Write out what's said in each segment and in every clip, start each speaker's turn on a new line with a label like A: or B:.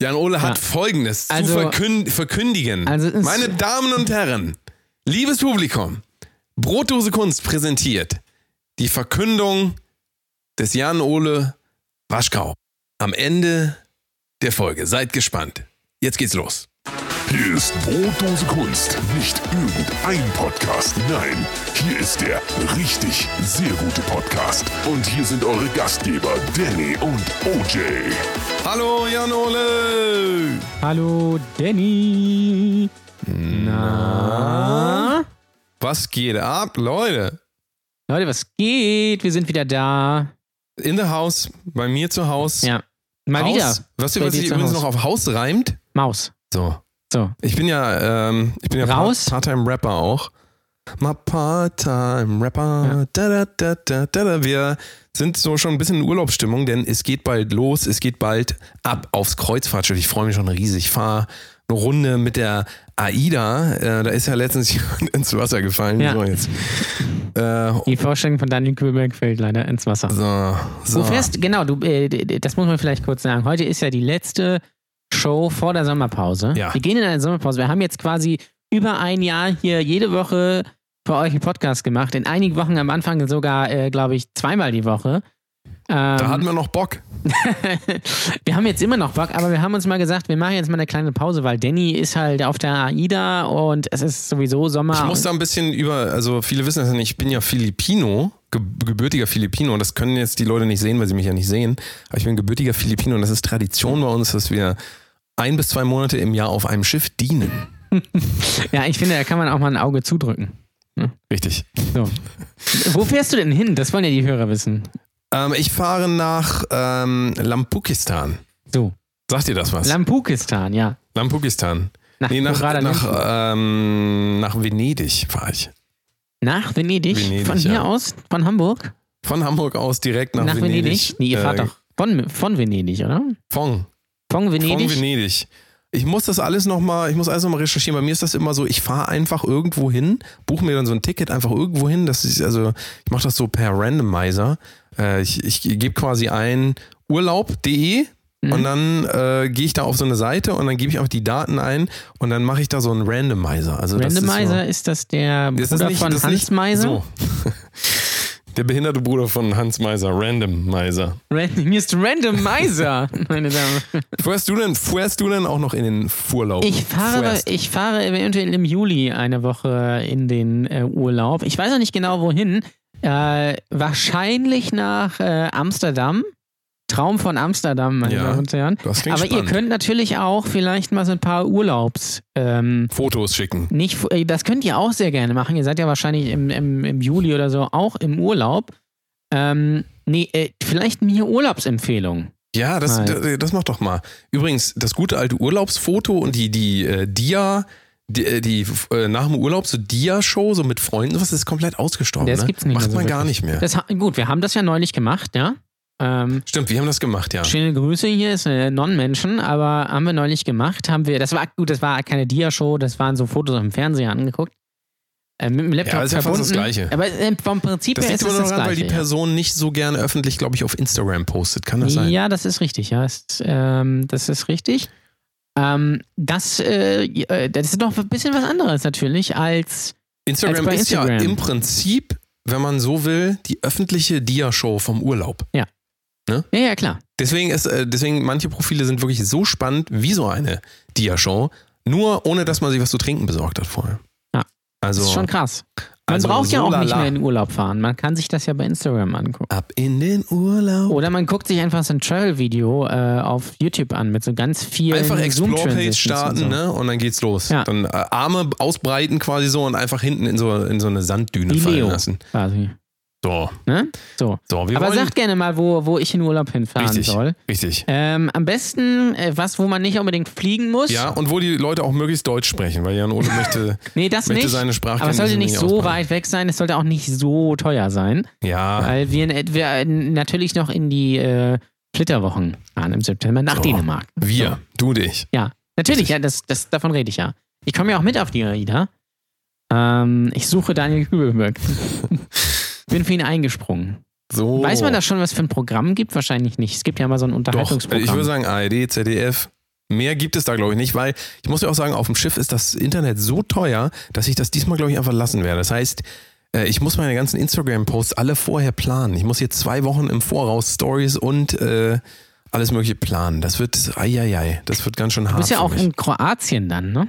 A: Jan Ole hat
B: Ja.
A: Folgendes
B: Also-
A: zu verkünd verkündigen.
B: Also ins-
A: Meine Damen und Herren, liebes Publikum, Brotdose Kunst präsentiert die Verkündung des Jan Ole Waschkau. Am Ende der Folge. Seid gespannt. Jetzt geht's los.
C: Hier ist Brotdose Kunst, nicht irgendein Podcast, nein, hier ist der richtig sehr gute Podcast. Und hier sind eure Gastgeber Danny und OJ.
A: Hallo Jan Ole.
B: Hallo, Danny. Na?
A: Was geht ab, Leute?
B: Leute, was geht? Wir sind wieder da.
A: In the house, bei mir zu Haus.
B: Ja. Mal
A: Haus.
B: wieder.
A: Weißt du,
B: Bei
A: was
B: dir
A: sich
B: zu
A: übrigens
B: Haus.
A: noch auf Haus reimt?
B: Maus.
A: So.
B: So.
A: Ich bin ja, ähm, ich bin ja
B: Raus.
A: Part- Part-Time-Rapper auch. Mal Part-Time-Rapper. Da, da, da, da, da, da. Wir sind so schon ein bisschen in Urlaubsstimmung, denn es geht bald los, es geht bald ab aufs Kreuzfahrtschiff. Ich freue mich schon riesig. Ich fahre eine Runde mit der AIDA. Äh, da ist ja letztens jemand ins Wasser gefallen.
B: Ja.
A: So, jetzt. Äh,
B: Die Vorstellung von Daniel Kühlberg fällt leider ins Wasser.
A: so, so.
B: Du fährst, genau, du, äh, d- d- das muss man vielleicht kurz sagen. Heute ist ja die letzte Show vor der Sommerpause.
A: Ja.
B: Wir gehen in eine Sommerpause. Wir haben jetzt quasi über ein Jahr hier jede Woche für euch einen Podcast gemacht. In einigen Wochen am Anfang sogar, äh, glaube ich, zweimal die Woche.
A: Da hatten
B: Ähm,
A: wir noch Bock.
B: wir haben jetzt immer noch Bock, aber wir haben uns mal gesagt, wir machen jetzt mal eine kleine Pause, weil Danny ist halt auf der AIDA und es ist sowieso Sommer.
A: Ich muss
B: und-
A: da ein bisschen über, also viele wissen das ja nicht, ich bin ja Filipino, ge gebürtiger Filipino. Das können jetzt die Leute nicht sehen, weil sie mich ja nicht sehen. Aber ich bin gebürtiger Filipino und das ist Tradition bei uns, dass wir ein bis zwei Monate im Jahr auf einem Schiff dienen.
B: ja, ich finde, da kann man auch mal ein Auge zudrücken.
A: Richtig.
B: So. Wo fährst du denn hin? Das wollen ja die Hörer wissen.
A: Ähm, ich fahre nach ähm, Lampukistan.
B: So.
A: Sagt ihr das was?
B: Lampukistan, ja.
A: Lampukistan.
B: Nach ne?
A: Nee, nach,
B: Kurada
A: nach,
B: Limp-
A: ähm, nach Venedig fahre ich.
B: nach Venedig,
A: Venedig,
B: von hier
A: ja.
B: aus, von Hamburg,
A: Von Hamburg aus direkt nach,
B: nach, Venedig. Nee, ihr fahrt
A: äh,
B: doch von, von Venedig, oder?
A: Fong.
B: Von Venedig?
A: Von Venedig. Ich muss das alles nochmal, ich muss alles nochmal recherchieren. Bei mir ist das immer so, ich fahre einfach irgendwo hin, buche mir dann so ein Ticket einfach irgendwo hin. Das ist, also, ich mache das so per Randomizer. Äh, ich ich gebe quasi ein urlaub.de
B: Mhm.
A: und dann äh, gehe ich da auf so eine Seite und dann gebe ich auch die Daten ein und dann mache ich da so einen Randomizer. Also
B: Randomizer ist, das der
A: Das ist, so, das ist
B: Bruder
A: nicht,
B: von
A: das ist
B: Hans
A: nicht,
B: Meiser?
A: So. Der behinderte Bruder von Hans Meiser, Randomizer.
B: Ran- Hier ist Randomizer, meine Damen.
A: Fährst du denn, fährst du denn auch noch in den Urlaub?
B: Ich fahre,
A: Fährst.
B: ich fahre eventuell im Juli eine Woche in den äh, Urlaub. Ich weiß noch nicht genau wohin. Äh, wahrscheinlich nach äh, Amsterdam. Traum von Amsterdam, meine
A: Ja,
B: Damen und Herren.
A: das klingt
B: Aber ihr
A: spannend.
B: könnt natürlich auch vielleicht mal so ein paar Urlaubs. Ähm,
A: Fotos schicken.
B: nicht, äh, das könnt ihr auch sehr gerne machen. Ihr seid ja wahrscheinlich im, im, im Juli oder so auch im Urlaub. Ähm, nee, äh, vielleicht mir Urlaubsempfehlungen.
A: Ja, das,
B: Nice.
A: das, das mach doch mal. Übrigens, das gute alte Urlaubsfoto und die, die äh, Dia, die, äh, die äh, nach dem Urlaub, so Dia-Show, so mit Freunden, was ist komplett ausgestorben.
B: Das
A: ne?
B: gibt's nicht
A: Macht
B: mehr so
A: man gar
B: wirklich.
A: nicht mehr.
B: Das, ha- gut, wir haben das ja neulich gemacht, ja. Ähm,
A: Stimmt, wir haben das gemacht, ja.
B: Schöne Grüße hier, ist eine Non-Menschen, aber haben wir neulich gemacht. Haben wir, das war gut, das war keine Dia-Show, das waren so Fotos auf dem Fernseher angeguckt. Äh, mit dem Laptop
A: Ja, ist ja fast
B: verbunden.
A: das Gleiche.
B: Aber äh, vom Prinzip
A: Das
B: her
A: liegt
B: ist
A: immer
B: es das
A: daran, weil die
B: Gleiche.
A: Person nicht so gerne öffentlich, glaube ich, auf Instagram postet. Kann das
B: ja.
A: sein?
B: ja, das ist richtig, ja. Ist, ähm, das ist richtig. Ähm, das, äh, äh, das ist noch ein bisschen was anderes natürlich als als
A: Instagram
B: bei
A: ist ja
B: Instagram.
A: im Prinzip, wenn man so will, die öffentliche Dia-Show vom Urlaub.
B: ja, ja klar.
A: Deswegen ist, äh, deswegen manche Profile sind wirklich so spannend wie so eine Dia-Show, nur ohne dass man sich was zu trinken besorgt hat vorher.
B: Ja.
A: Also
B: Das ist schon krass. Man
A: Also,
B: braucht ja
A: so
B: auch nicht
A: lala.
B: mehr in den Urlaub fahren. Man kann sich das ja bei Instagram angucken.
A: ab in den Urlaub.
B: Oder man guckt sich einfach so ein Travel-Video äh, auf YouTube an mit so ganz vielen
A: Einfach Explore-Page
B: Zoom-Transitions
A: starten,
B: und so.
A: ne? Und dann geht's los.
B: Ja.
A: Dann äh, Arme ausbreiten quasi so und einfach hinten in so, in so eine Sanddüne
B: Die
A: fallen
B: Leo.
A: lassen.
B: Quasi.
A: So,
B: Ne? So.
A: so wir
B: Aber
A: wollen,
B: sagt gerne mal, wo, wo ich in Urlaub hinfahren
A: richtig,
B: soll.
A: richtig.
B: Ähm, am besten äh, was, wo man nicht unbedingt fliegen muss.
A: Ja, und wo die Leute auch möglichst Deutsch sprechen, weil Jan Ole möchte,
B: Nee, das
A: möchte
B: nicht.
A: seine Sprache.
B: aber es sollte nicht so weit weg sein, es sollte auch nicht so teuer sein,
A: Ja,
B: weil wir, in etwa, äh, natürlich noch in die äh, Flitterwochen fahren im September nach
A: So.
B: Dänemark.
A: wir, du dich.
B: Ja, natürlich, ja, das, das, davon rede ich ja. Ich komme ja auch mit auf die AIDA. Ähm, ich suche Daniel Kübelberg. Bin für ihn eingesprungen.
A: So.
B: Weiß man da schon, was für ein Programm gibt? Wahrscheinlich nicht. Es gibt ja mal so ein
A: Oh. Doch, ich
B: Unterhaltungsprogramm.
A: würde sagen ARD, ZDF, Mehr gibt es da, glaube ich, nicht, weil ich muss ja auch sagen, auf dem Schiff ist das Internet so teuer, dass ich das diesmal, glaube ich, einfach lassen werde. Das heißt, äh, ich muss meine ganzen Instagram-Posts alle vorher planen. Ich muss hier zwei Wochen im Voraus Stories und äh, alles Mögliche planen. Das wird, eieiei, das wird ganz schön hart.
B: Du bist ja
A: für
B: auch
A: mich.
B: in Kroatien dann, ne?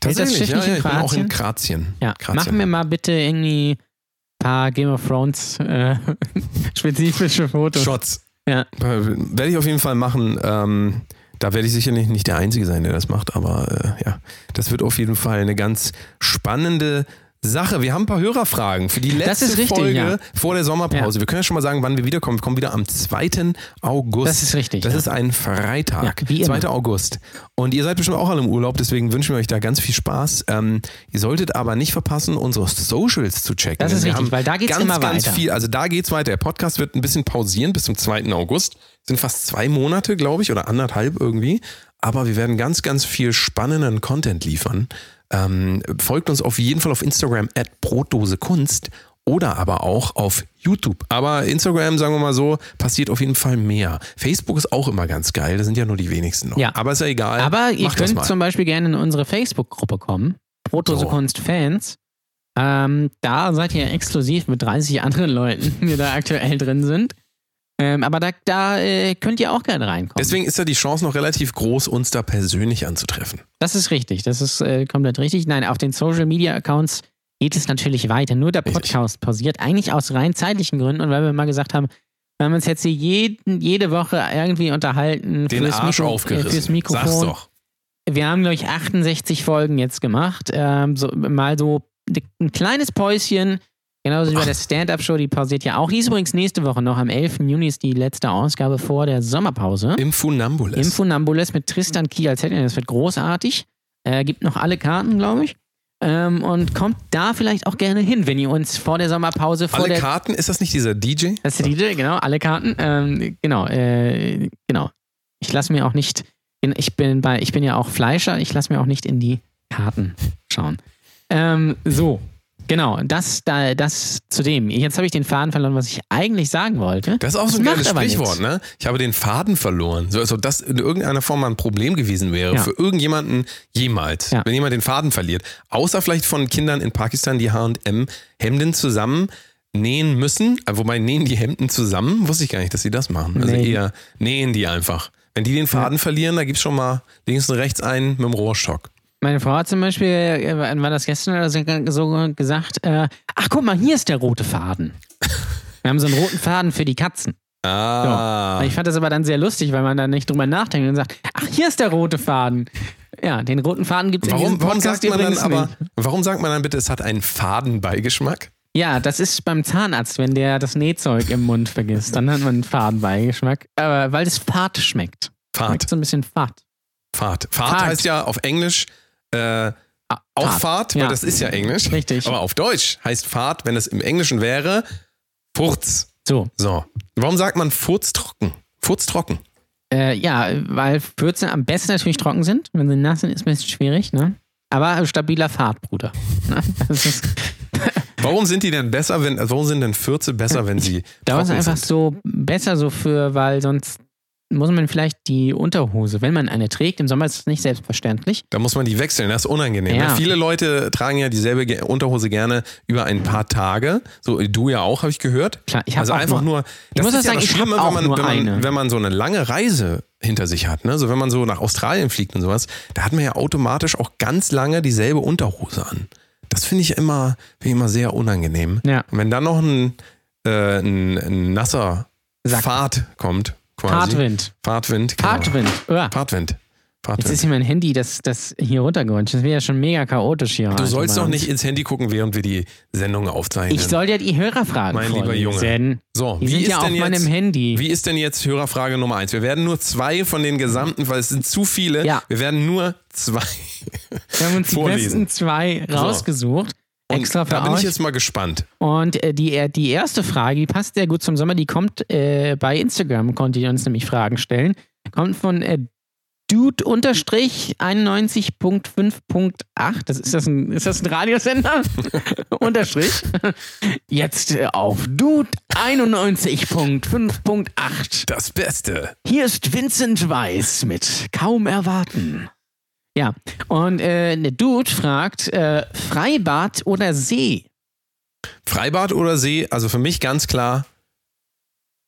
A: Tatsächlich,
B: Schiff
A: ja,
B: nicht in
A: ja, ich bin auch in
B: Kroatien?
A: Kroatien.
B: Ja,
A: Kroatien.
B: machen wir mal bitte irgendwie ein paar Game of Thrones äh, spezifische Fotos.
A: Shots.
B: Ja.
A: Äh, Werde ich auf jeden Fall machen. Ähm, da werde ich sicherlich nicht der Einzige sein, der das macht, aber äh, ja, das wird auf jeden Fall eine ganz spannende Sache. Wir haben ein paar Hörerfragen für die
B: Das
A: letzte
B: ist richtig,
A: Folge
B: ja.
A: vor der Sommerpause. Wir können ja schon mal sagen, wann wir wiederkommen. Wir kommen wieder am 2. August.
B: Das ist richtig,
A: Das
B: ja.
A: ist ein Freitag.
B: Ja, wie immer.
A: 2. August. Und ihr seid bestimmt auch alle im Urlaub, deswegen wünschen wir euch da ganz viel Spaß. Ähm, ihr solltet aber nicht verpassen, unsere Socials zu checken.
B: Das ist
A: Wir
B: wichtig,
A: haben
B: weil da geht's
A: ganz,
B: immer
A: ganz
B: weiter.
A: Viel, also da geht's weiter. Der Podcast wird ein bisschen pausieren bis zum 2. August. Sind fast zwei Monate, glaube ich, oder anderthalb irgendwie. Aber wir werden ganz, ganz viel spannenden Content liefern. Ähm, folgt uns auf jeden Fall auf Instagram at brotdosekunst oder aber auch auf YouTube. Aber Instagram, sagen wir mal so, passiert auf jeden Fall mehr. Facebook ist auch immer ganz geil, da sind ja nur die wenigsten noch.
B: Ja.
A: Aber ist ja egal.
B: Aber ihr
A: Macht Äh, das
B: könnt
A: mal.
B: zum Beispiel gerne in unsere Facebook-Gruppe kommen, Protosekunst-Fans. Ähm, da seid ihr exklusiv mit 30 anderen Leuten, die da aktuell drin sind. Ähm, aber da, da äh, könnt ihr auch gerne reinkommen.
A: Deswegen ist ja die Chance noch relativ groß, uns da persönlich anzutreffen.
B: das ist richtig, das ist äh, komplett richtig. Nein, auf den Social-Media-Accounts geht es natürlich weiter. Nur der
A: Richtig.
B: Podcast pausiert, eigentlich aus rein zeitlichen Gründen und weil wir mal gesagt haben, wir haben uns jetzt hier jeden, jede Woche irgendwie unterhalten.
A: Den
B: fürs
A: Arsch
B: Mikro- Äh, fürs
A: aufgerissen.
B: Mikrofon.
A: Sag's doch.
B: wir haben, glaube ich, 68 Folgen jetzt gemacht. Ähm, so, mal so di- ein kleines Päuschen. Genauso wie bei der Stand-Up-Show, die pausiert ja auch. Die ist übrigens nächste Woche noch. Am 11. Juni ist die letzte Ausgabe vor der Sommerpause.
A: Im Funambulis.
B: Im Funambules mit Tristan Kiel als Headliner. Das wird großartig. Äh, gibt noch alle Karten, glaube ich. Ähm, und kommt da vielleicht auch gerne hin, wenn ihr uns vor der Sommerpause, vor
A: Alle
B: der
A: Karten, ist das nicht dieser DJ?
B: das ist der DJ, genau, alle Karten. Ähm, genau, äh, genau. Ich lasse mir auch nicht, in, ich bin bei, ich bin ja auch Fleischer, ich lasse mir auch nicht in die Karten schauen. Ähm, so, genau, das, da, das zu dem. Jetzt habe ich den Faden verloren, was ich eigentlich sagen wollte.
A: Das ist auch so ein
B: macht
A: geiles
B: aber
A: Sprichwort,
B: nichts.
A: ne? Ich habe den Faden verloren. So, als ob das in irgendeiner Form mal ein Problem gewesen wäre
B: Ja.
A: für irgendjemanden jemals,
B: Ja.
A: wenn jemand den Faden verliert. Außer vielleicht von Kindern in Pakistan, die H&M Hemden zusammen nähen müssen. Äh, Wobei nähen die Hemden zusammen, wusste ich gar nicht, dass sie das machen. Also
B: Nee.
A: eher nähen die einfach. Wenn die den Faden verlieren, da gibt's schon mal links und rechts einen mit dem Rohrstock.
B: Meine Frau hat zum Beispiel, äh, war das gestern oder so, so gesagt, äh, ach guck mal, hier ist der rote Faden. Wir haben so einen roten Faden für die Katzen.
A: Ah.
B: Und Ich fand das aber dann sehr lustig, weil man dann nicht drüber nachdenkt und sagt, ach, hier ist der rote Faden. Ja, den roten Faden gibt es in diesem
A: Warum, warum
B: Podcast
A: sagt man dann
B: übrigens
A: aber,
B: nicht.
A: warum sagt man dann bitte, es hat einen Fadenbeigeschmack?
B: Ja, das ist beim Zahnarzt, wenn der das Nähzeug im Mund vergisst, dann hat man einen Fadenbeigeschmack. Aber weil es fad schmeckt.
A: Fad.
B: Schmeckt so ein bisschen fad.
A: Fahrt. Fahrt,
B: Fahrt.
A: heißt ja auf Englisch äh, auch Fahrt, weil
B: Ah, ja.
A: das ist ja Englisch.
B: Richtig.
A: Aber auf Deutsch heißt Fahrt, wenn es im Englischen wäre, Furz.
B: So,
A: So. Warum sagt man Furz trocken? Furz trocken.
B: äh, ja, weil Würze am besten natürlich trocken sind. Wenn sie nass sind, ist ein bisschen schwierig, ne? Aber stabiler Fad, Bruder. Ne? Das ist,
A: Warum sind die denn besser, wenn, also warum sind denn Fürze besser, wenn sie
B: Da ist
A: trocken
B: einfach
A: sind?
B: so besser so für, weil sonst muss man vielleicht die Unterhose, wenn man eine trägt, im Sommer ist es nicht selbstverständlich.
A: Da muss man die wechseln, das ist unangenehm.
B: Ja.
A: Ne? Viele Leute tragen ja dieselbe Ge- Unterhose gerne über ein paar Tage. So, du ja auch, habe ich gehört.
B: Klar, ich hab
A: also
B: auch
A: einfach
B: nur-
A: nur,
B: Ich muss auch sagen, ich hab
A: Schlimme,
B: auch
A: wenn man,
B: nur
A: wenn, man,
B: eine.
A: wenn man so eine lange Reise hinter sich hat. Ne? So, wenn man so nach Australien fliegt und sowas, da hat man ja automatisch auch ganz lange dieselbe Unterhose an. Das finde ich immer, finde ich immer sehr unangenehm.
B: Ja.
A: Und wenn dann noch ein, äh, ein, ein nasser
B: Sack.
A: Fahrt kommt, quasi.
B: Fahrtwind.
A: Fahrtwind. genau.
B: Fahrtwind. Uah.
A: Fahrtwind. Fahrtwind.
B: Jetzt ist hier mein Handy, das, das hier runtergerutscht. Das wäre ja schon mega chaotisch hier.
A: Du
B: heute
A: sollst
B: bei
A: doch
B: uns.
A: nicht ins Handy gucken, während wir die Sendung aufzeichnen.
B: Ich soll ja die Hörerfragen
A: Mein lieber Junge.
B: vorlesen.
A: So,
B: Die
A: wie
B: sind
A: ist
B: ja auf
A: denn jetzt-
B: meinem Handy.
A: Wie ist denn jetzt Hörerfrage Nummer eins? Wir werden nur zwei von den gesamten, weil es sind zu viele.
B: Ja.
A: Wir werden nur zwei.
B: Wir haben uns
A: vorlesen?
B: die besten zwei rausgesucht. Extra für
A: da bin
B: euch.
A: ich jetzt mal gespannt.
B: Und äh, die, äh, die erste Frage, die passt sehr gut zum Sommer, die kommt äh, bei Instagram, konnte ihr uns nämlich Fragen stellen. Kommt von äh, Dude unterstrich 91.5.8. Das ist das ein, ist das ein Radiosender? unterstrich. Jetzt äh, auf Dude 91.5.8.
A: Das Beste.
B: Hier ist Vincent Weiss mit Kaum erwarten. Ja, und äh, der Dude fragt, äh, Freibad oder See?
A: Freibad oder See? Also für mich ganz klar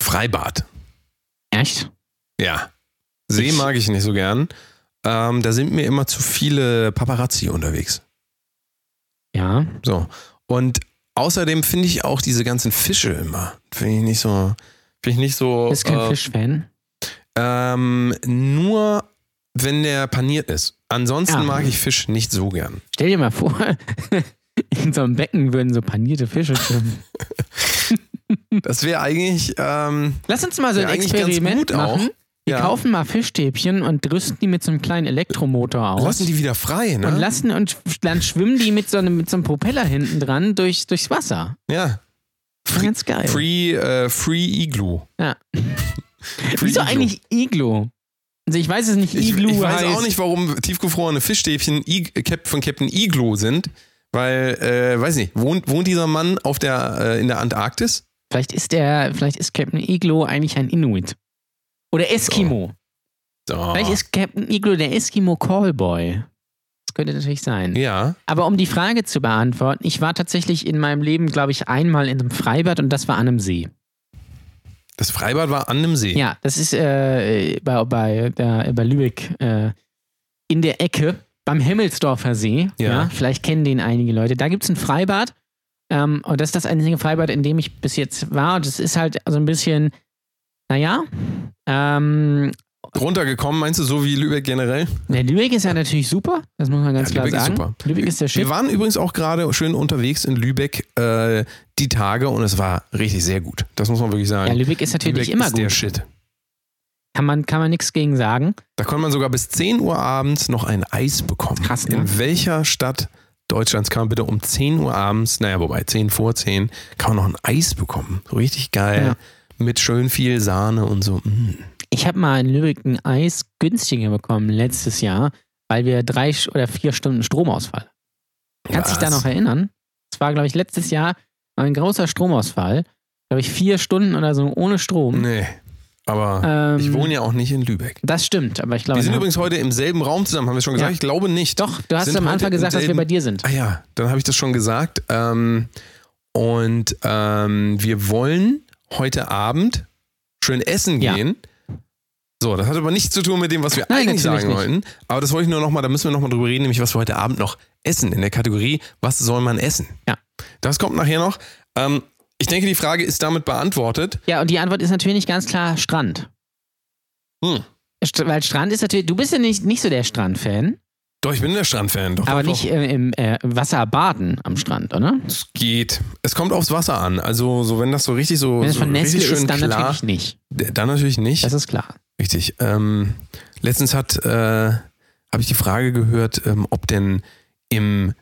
A: Freibad.
B: Echt?
A: Ja. See mag ich nicht so gern. Ähm, da sind mir immer zu viele Paparazzi unterwegs.
B: Ja.
A: So. Und außerdem finde ich auch diese ganzen Fische immer. Finde ich nicht so. Finde ich nicht so.
B: Bist kein
A: äh,
B: Fischfan?
A: Ähm, nur wenn der paniert ist. Ansonsten
B: Ja.
A: mag ich Fisch nicht so gern.
B: Stell dir mal vor, in so einem Becken würden so panierte Fische schwimmen.
A: Das wäre eigentlich, ähm,
B: Lass uns mal so
A: Ja,
B: ein
A: eigentlich ganz
B: Experiment
A: gut auch.
B: machen. Wir
A: Ja.
B: kaufen mal Fischstäbchen und rüsten die mit so einem kleinen Elektromotor aus.
A: lassen die wieder frei, ne?
B: und lassen und dann schwimmen die mit so einem, mit so einem Propeller hinten dran durch, durchs Wasser.
A: ja.
B: Ganz geil.
A: Free, äh, free Igloo.
B: Ja.
A: Free
B: Wieso
A: Igloo.
B: eigentlich Iglo? Also ich weiß es nicht,
A: Ich,
B: Iglu
A: ich weiß
B: heißt.
A: auch nicht, warum tiefgefrorene Fischstäbchen I äh, Cap- von Captain Igloo sind, weil, äh, weiß nicht, wohnt, wohnt dieser Mann auf der, äh, in der Antarktis?
B: Vielleicht ist der, vielleicht ist Captain Iglo eigentlich ein Inuit. Oder Eskimo.
A: Oh. So.
B: Vielleicht ist Captain Iglo der Eskimo Callboy. Das könnte natürlich sein.
A: ja,
B: Aber um die Frage zu beantworten, ich war tatsächlich in meinem Leben, glaube ich, einmal in einem Freibad und das war an einem See.
A: das Freibad war an einem See.
B: Ja, das ist äh, bei, bei, da, bei Lübeck äh, in der Ecke beim Himmelsdorfer See.
A: Ja.
B: Ja. vielleicht kennen den einige Leute. Da gibt es ein Freibad. Ähm, und das ist das einzige Freibad, in dem ich bis jetzt war. Und das ist halt so ein bisschen, naja, ähm,
A: Runtergekommen, meinst du, so wie Lübeck generell?
B: der Lübeck ist ja natürlich super. Das muss man ganz
A: Ja,
B: klar
A: Lübeck ist
B: sagen.
A: super.
B: Lübeck ist der
A: Wir
B: Shit.
A: waren übrigens auch gerade schön unterwegs in Lübeck äh, die Tage und es war richtig sehr gut. Das muss man wirklich sagen.
B: Ja, Lübeck ist natürlich
A: Lübeck
B: immer
A: ist der
B: gut.
A: Shit.
B: Kann man, kann man nichts gegen sagen.
A: Da konnte man sogar bis 10 Uhr abends noch ein Eis bekommen.
B: Krass, ne?
A: In welcher Stadt Deutschlands kann man bitte um 10 Uhr abends, naja, wobei 10 vor 10, kann man noch ein Eis bekommen. So richtig geil. Mit schön viel Sahne und so. Mm.
B: Ich habe mal in Lübeck ein Eis günstiger bekommen letztes Jahr, weil wir drei sch- oder vier Stunden Stromausfall. Kannst dich da
A: Was?
B: noch erinnern? Es war, glaube ich, letztes Jahr ein großer Stromausfall. Glaube ich, vier Stunden oder so ohne Strom.
A: Nee. Aber
B: Ähm,
A: ich wohne ja auch nicht in Lübeck.
B: Das stimmt, aber ich glaube.
A: Wir sind
B: ja.
A: übrigens heute im selben Raum zusammen, haben wir schon gesagt?
B: Ja.
A: Ich glaube nicht.
B: Doch, du hast
A: sind
B: am
A: heute
B: Anfang gesagt,
A: im
B: dass wir
A: selben-
B: bei dir sind.
A: Ah ja, dann habe ich das schon gesagt. Ähm, und ähm, wir wollen heute Abend schön essen
B: Ja.
A: gehen. So, das hat aber nichts zu tun mit dem, was wir
B: Nein,
A: eigentlich
B: natürlich
A: sagen
B: nicht.
A: wollten. Aber das wollte ich nur nochmal, da müssen wir nochmal drüber reden, nämlich was wir heute Abend noch essen in der Kategorie, was soll man essen?
B: Ja.
A: Das kommt nachher noch. Ähm, ich denke, die Frage ist damit beantwortet.
B: Ja, und die Antwort ist natürlich nicht ganz klar Strand.
A: Hm.
B: St weil Strand ist natürlich, du bist ja nicht, nicht so der Strandfan,
A: Doch, ich bin der Strandfan. Doch,
B: aber
A: doch,
B: nicht äh, im äh, Wasser baden am Strand, oder?
A: Doch. Es geht. Es kommt aufs Wasser an. Also, so wenn das so richtig so,
B: Wenn es
A: so
B: von Nestle
A: richtig schön
B: ist, dann
A: klar,
B: natürlich nicht.
A: dann natürlich nicht.
B: Das ist klar.
A: Richtig. Ähm, letztens hat äh, habe ich die Frage gehört, ähm, ob denn im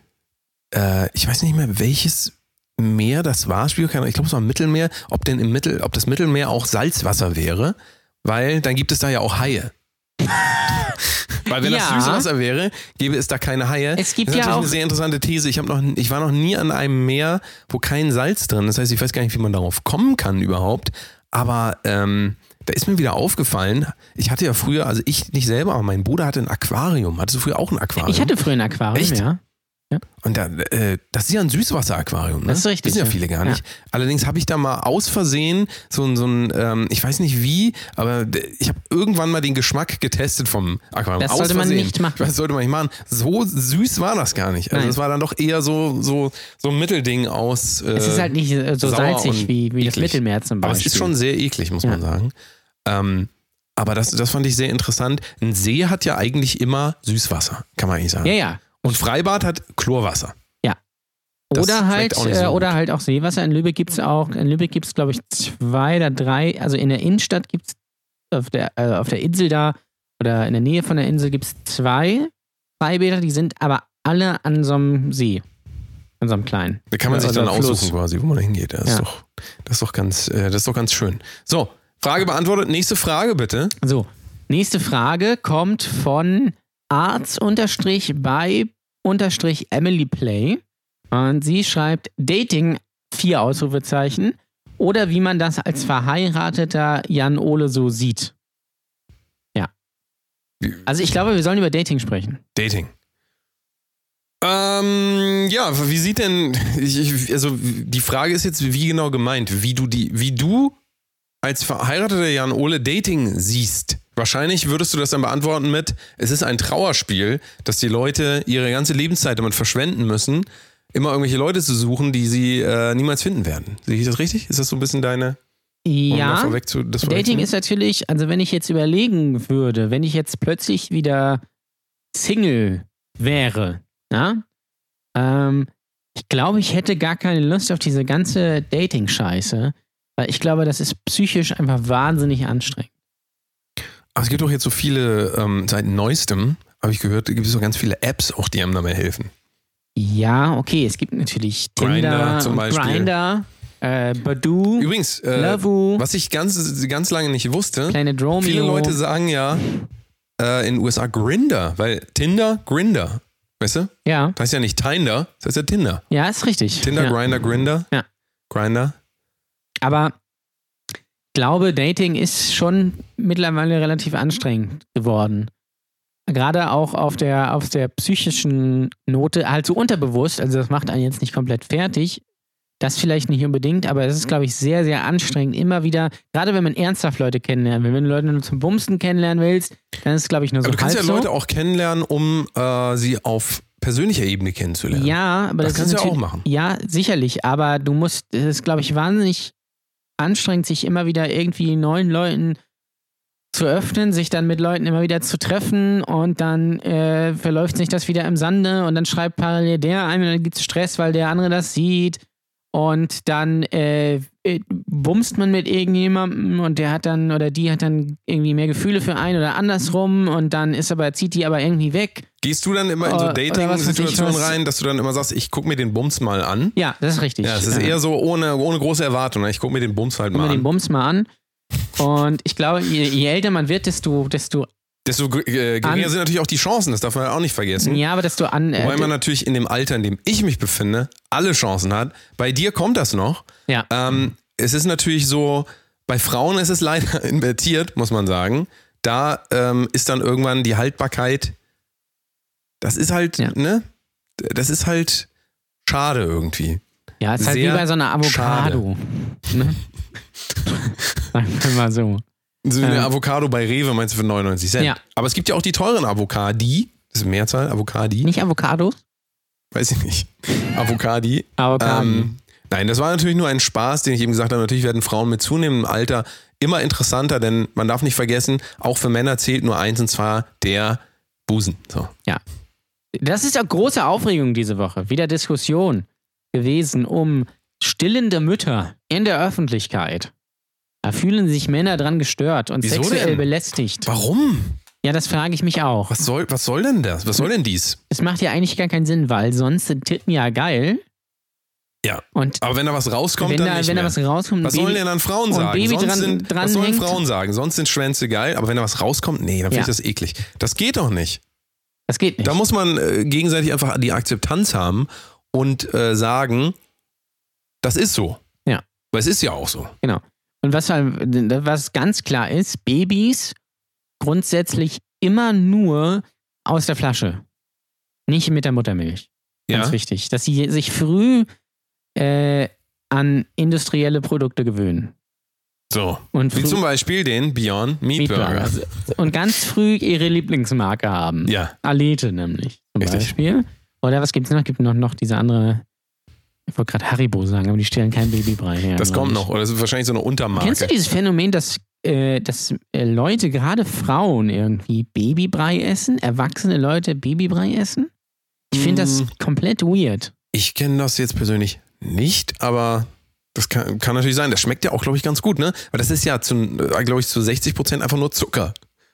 A: äh, ich weiß nicht mehr welches Meer das war, Spiel, keine Ahnung, ich glaube es war Mittelmeer, ob denn im Mittel, ob das Mittelmeer auch Salzwasser wäre, weil dann gibt es da ja auch Haie. weil wenn
B: Ja.
A: das Süßwasser wäre, gäbe es da keine Haie.
B: Es gibt
A: das ist
B: ja
A: natürlich
B: auch-
A: eine sehr interessante These. Ich habe noch, ich war noch nie an einem Meer, wo kein Salz drin. ist. Das heißt, ich weiß gar nicht, wie man darauf kommen kann überhaupt. Aber ähm, da ist mir wieder aufgefallen, ich hatte ja früher, also ich nicht selber, aber mein Bruder hatte ein Aquarium. Hattest du früher auch ein Aquarium?
B: Ich hatte früher ein Aquarium,
A: Also Echt?
B: ja.
A: Und da, äh, das ist ja ein Süßwasseraquarium. Ne?
B: Das ist richtig,
A: Wissen ja
B: ja.
A: viele gar nicht. Allerdings habe ich da mal aus Versehen so, ein- so ein, ähm, ich weiß nicht wie, aber d- ich habe irgendwann mal den Geschmack getestet vom Aquarium.
B: Das
A: aus
B: sollte man
A: Versehen.
B: nicht machen.
A: Das sollte man nicht machen. So süß war das gar nicht. Also
B: Nein.
A: es war dann doch eher so, so, so ein Mittelding aus. Äh,
B: Es ist halt nicht äh, so
A: sauer
B: salzig
A: und
B: wie, wie das
A: eklig.
B: Mittelmeer zum
A: aber
B: Beispiel.
A: es ist schon sehr eklig, muss
B: Ja.
A: man sagen. Ähm, aber das, das fand ich sehr interessant. Ein See hat ja eigentlich immer Süßwasser, kann man eigentlich sagen.
B: ja, ja.
A: Und Freibad hat Chlorwasser. Das
B: Oder
A: schmeckt
B: halt,
A: auch nicht so
B: äh,
A: gut.
B: oder halt auch Seewasser. In Lübeck gibt es auch, in Lübeck gibt es, glaube ich, zwei oder drei, also in der Innenstadt gibt es auf der, äh, auf der Insel da oder in der Nähe von der Insel gibt es zwei Freibäder, die sind aber alle an so einem See. An so einem kleinen.
A: Da kann man
B: Ja,
A: sich dann
B: also Fluss.
A: aussuchen quasi, wo man hingeht. Das, ist
B: Ja.
A: doch, das, ist doch ganz, äh, das ist doch ganz schön. So, Frage beantwortet. Nächste Frage bitte.
B: So. Nächste Frage kommt von Arts unterstrich bei unterstrich Emily Play. Und sie schreibt Dating, vier Ausrufezeichen. Oder wie man das als verheirateter Jan Ole so sieht. Ja. Also ich glaube, wir sollen über Dating sprechen.
A: Dating. Ähm, ja, wie sieht denn, ich, ich, also die Frage ist jetzt, wie genau gemeint, wie du die, wie du als verheirateter Jan Ole Dating siehst. Wahrscheinlich würdest du das dann beantworten mit, es ist ein Trauerspiel, dass die Leute ihre ganze Lebenszeit damit verschwenden müssen, immer irgendwelche Leute zu suchen, die sie äh, niemals finden werden. Sehe ich das richtig? Ist das so ein bisschen deine, um da
B: Ja.
A: vorweg zu, das
B: Dating
A: vorwegzunehmen?
B: ist natürlich, also wenn ich jetzt überlegen würde, wenn ich jetzt plötzlich wieder Single wäre, na, ähm, ich glaube, ich hätte gar keine Lust auf diese ganze Dating-Scheiße, weil ich glaube, das ist psychisch einfach wahnsinnig anstrengend.
A: Aber es gibt doch jetzt so viele, ähm, seit neuestem, habe ich gehört, gibt es so ganz viele Apps auch, die einem dabei helfen.
B: Ja, okay, es gibt natürlich
A: Grindr
B: Tinder,
A: zum
B: und
A: Beispiel.
B: Grinder, äh, Badoo,
A: Übrigens, äh,
B: Lovoo,
A: was ich ganz, ganz lange nicht wusste,
B: Planet Romeo.
A: Viele Leute sagen ja äh, in den USA Grinder, weil Tinder, Grinder. Weißt du?
B: ja,
A: Das heißt ja nicht Tinder, das heißt ja Tinder.
B: ja, ist richtig.
A: Tinder,
B: ja.
A: Grinder, Grinder.
B: Ja.
A: Grinder.
B: Aber ich glaube, Dating ist schon mittlerweile relativ anstrengend geworden. Gerade auch auf der, auf der psychischen Note, halt so unterbewusst, also das macht einen jetzt nicht komplett fertig. Das vielleicht nicht unbedingt, aber es ist, glaube ich, sehr, sehr anstrengend. Immer wieder, gerade wenn man ernsthaft Leute kennenlernen will, wenn du Leute nur zum Bumsen kennenlernen willst, dann ist es, glaube ich, nur so
A: Aber du kannst ja
B: Also halb
A: Leute
B: so.
A: auch kennenlernen, um äh, sie auf persönlicher Ebene kennenzulernen.
B: Ja, aber das,
A: Das kannst
B: ist
A: du ja auch
B: natürlich-
A: machen.
B: Ja, sicherlich, aber du musst, es ist, glaube ich, wahnsinnig anstrengend, sich immer wieder irgendwie neuen Leuten zu öffnen, sich dann mit Leuten immer wieder zu treffen und dann äh, verläuft sich das wieder im Sande und dann schreibt parallel der ein und dann gibt es Stress, weil der andere das sieht und dann äh, äh, bumst man mit irgendjemandem und der hat dann oder die hat dann irgendwie mehr Gefühle für einen oder andersrum und dann ist aber, zieht die aber irgendwie weg.
A: Gehst du dann immer in so
B: Oder- oder was weiß ich
A: Dating-Situationen
B: was.
A: rein, dass du dann immer sagst, ich guck mir den Bums mal an?
B: Ja, das ist richtig.
A: Ja, es ist
B: Ähm,
A: eher so ohne, ohne große Erwartung. ne? Ich guck mir den Bums halt
B: guck
A: mal
B: mir den
A: an.
B: Bums mal an. Und ich glaube, je, je älter man wird, desto, desto,
A: Desto gr- äh, geringer
B: An-
A: sind natürlich auch die Chancen, das darf man ja auch nicht vergessen.
B: ja, aber desto an,
A: Hm? Wobei man
B: äh,
A: natürlich in dem Alter, in dem ich mich befinde, alle Chancen hat. Bei dir kommt das noch.
B: ja,
A: Ähm, es ist natürlich so, bei Frauen ist es leider invertiert, muss man sagen. Da ähm, ist dann irgendwann die Haltbarkeit, das ist halt,
B: Ja.
A: ne? Das ist halt schade irgendwie.
B: ja, es ist halt wie
A: sehr
B: bei so einer Avocado. Ne? Sagen wir mal so.
A: So eine
B: Ähm.
A: Avocado bei Rewe meinst du für 99 Cent.
B: Ja.
A: Aber es gibt ja auch die teuren Avocadi. Das ist Mehrzahl, Avocadi.
B: Nicht Avocados,
A: Weiß ich nicht. Avocadi.
B: Avocado.
A: Ähm, nein, das war natürlich nur ein Spaß, den ich eben gesagt habe. Natürlich werden Frauen mit zunehmendem Alter immer interessanter, denn man darf nicht vergessen, auch für Männer zählt nur eins und zwar der Busen. So.
B: Das ist ja große Aufregung diese Woche. Wieder Diskussion gewesen um stillende Mütter in der Öffentlichkeit. Da fühlen sich Männer dran gestört und
A: Wieso
B: sexuell
A: denn?
B: belästigt.
A: Warum?
B: Ja, das frage ich mich auch.
A: Was soll, was soll denn das? Was soll denn dies?
B: Es macht ja eigentlich gar keinen Sinn, weil sonst sind Titten ja geil.
A: Ja.
B: Und
A: Aber wenn da was rauskommt,
B: wenn
A: dann
B: da,
A: nicht
B: wenn da
A: mehr.
B: was rauskommt,
A: was
B: Baby-
A: sollen denn dann Frauen
B: und
A: sagen?
B: Baby
A: Sonst
B: dran-
A: sind,
B: dran
A: was sollen
B: hängt?
A: Frauen sagen? Sonst sind Schwänze geil, aber wenn da was rauskommt, nee, dann finde
B: Ja.
A: ich das eklig. Das geht doch nicht.
B: das geht nicht.
A: Da muss man äh, gegenseitig einfach die Akzeptanz haben und äh, sagen, das ist so.
B: Ja.
A: Weil es ist ja auch so.
B: Genau. Und was, halt- was ganz klar ist, Babys grundsätzlich immer nur aus der Flasche. Nicht mit der Muttermilch. Ganz
A: Ja.
B: wichtig. Dass sie sich früh äh, an industrielle Produkte gewöhnen.
A: So.
B: Und,
A: Wie
B: früh-
A: zum Beispiel den Beyond Meat,
B: Meat
A: Burger.
B: Burger. und ganz früh ihre Lieblingsmarke haben.
A: Ja.
B: Alete nämlich zum
A: Richtig.
B: Beispiel. Oder was gibt's noch? Gibt noch, noch diese andere, ich wollte gerade Haribo sagen, aber die stellen kein Babybrei her.
A: Das
B: glaub
A: kommt
B: ich.
A: noch. Ah, Oder das ist wahrscheinlich so eine Untermarke.
B: Kennst du dieses Phänomen, dass, äh, dass äh, Leute, gerade Frauen irgendwie Babybrei essen? Erwachsene Leute Babybrei essen? Ich finde das
A: Mm.
B: komplett weird.
A: Ich kenne das jetzt persönlich nicht, aber das kann, äh, kann natürlich sein. Das schmeckt ja auch, glaube ich, ganz gut, ne? Weil das ist ja, glaube ich, zu 60 Prozent einfach nur Zucker.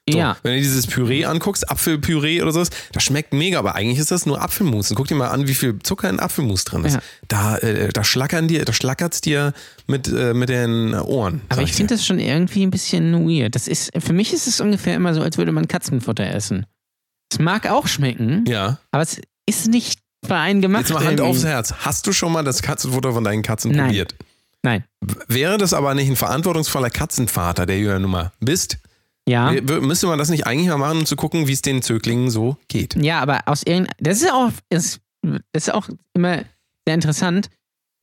A: So,
B: Ja.
A: Wenn du dieses Püree anguckst, Apfelpüree oder sowas, das schmeckt mega, aber eigentlich ist das nur Apfelmus. Und guck dir mal an, wie viel Zucker in Apfelmus drin ist.
B: Ja.
A: Da, äh, da schlackern dir, da schlackert's dir mit, äh, mit den Ohren. sag
B: Aber ich
A: dir.
B: finde das schon irgendwie ein bisschen weird. Das ist, für mich ist es ungefähr immer so, als würde man Katzenfutter essen. Es mag auch schmecken,
A: Ja.
B: aber es ist nicht für einen gemacht.
A: Jetzt mal Hand
B: irgendwie.
A: aufs Herz. Hast du schon mal das Katzenfutter von deinen Katzen
B: Nein.
A: probiert?
B: Nein.
A: W- Wäre das aber nicht ein verantwortungsvoller Katzenvater, der du ja nun mal bist,
B: Ja.
A: wir- wir- müsste man das nicht eigentlich mal machen, um zu gucken, wie es den Zöglingen so geht?
B: Ja, aber aus irgendeinem. Das ist auch, ist, das ist auch immer sehr interessant.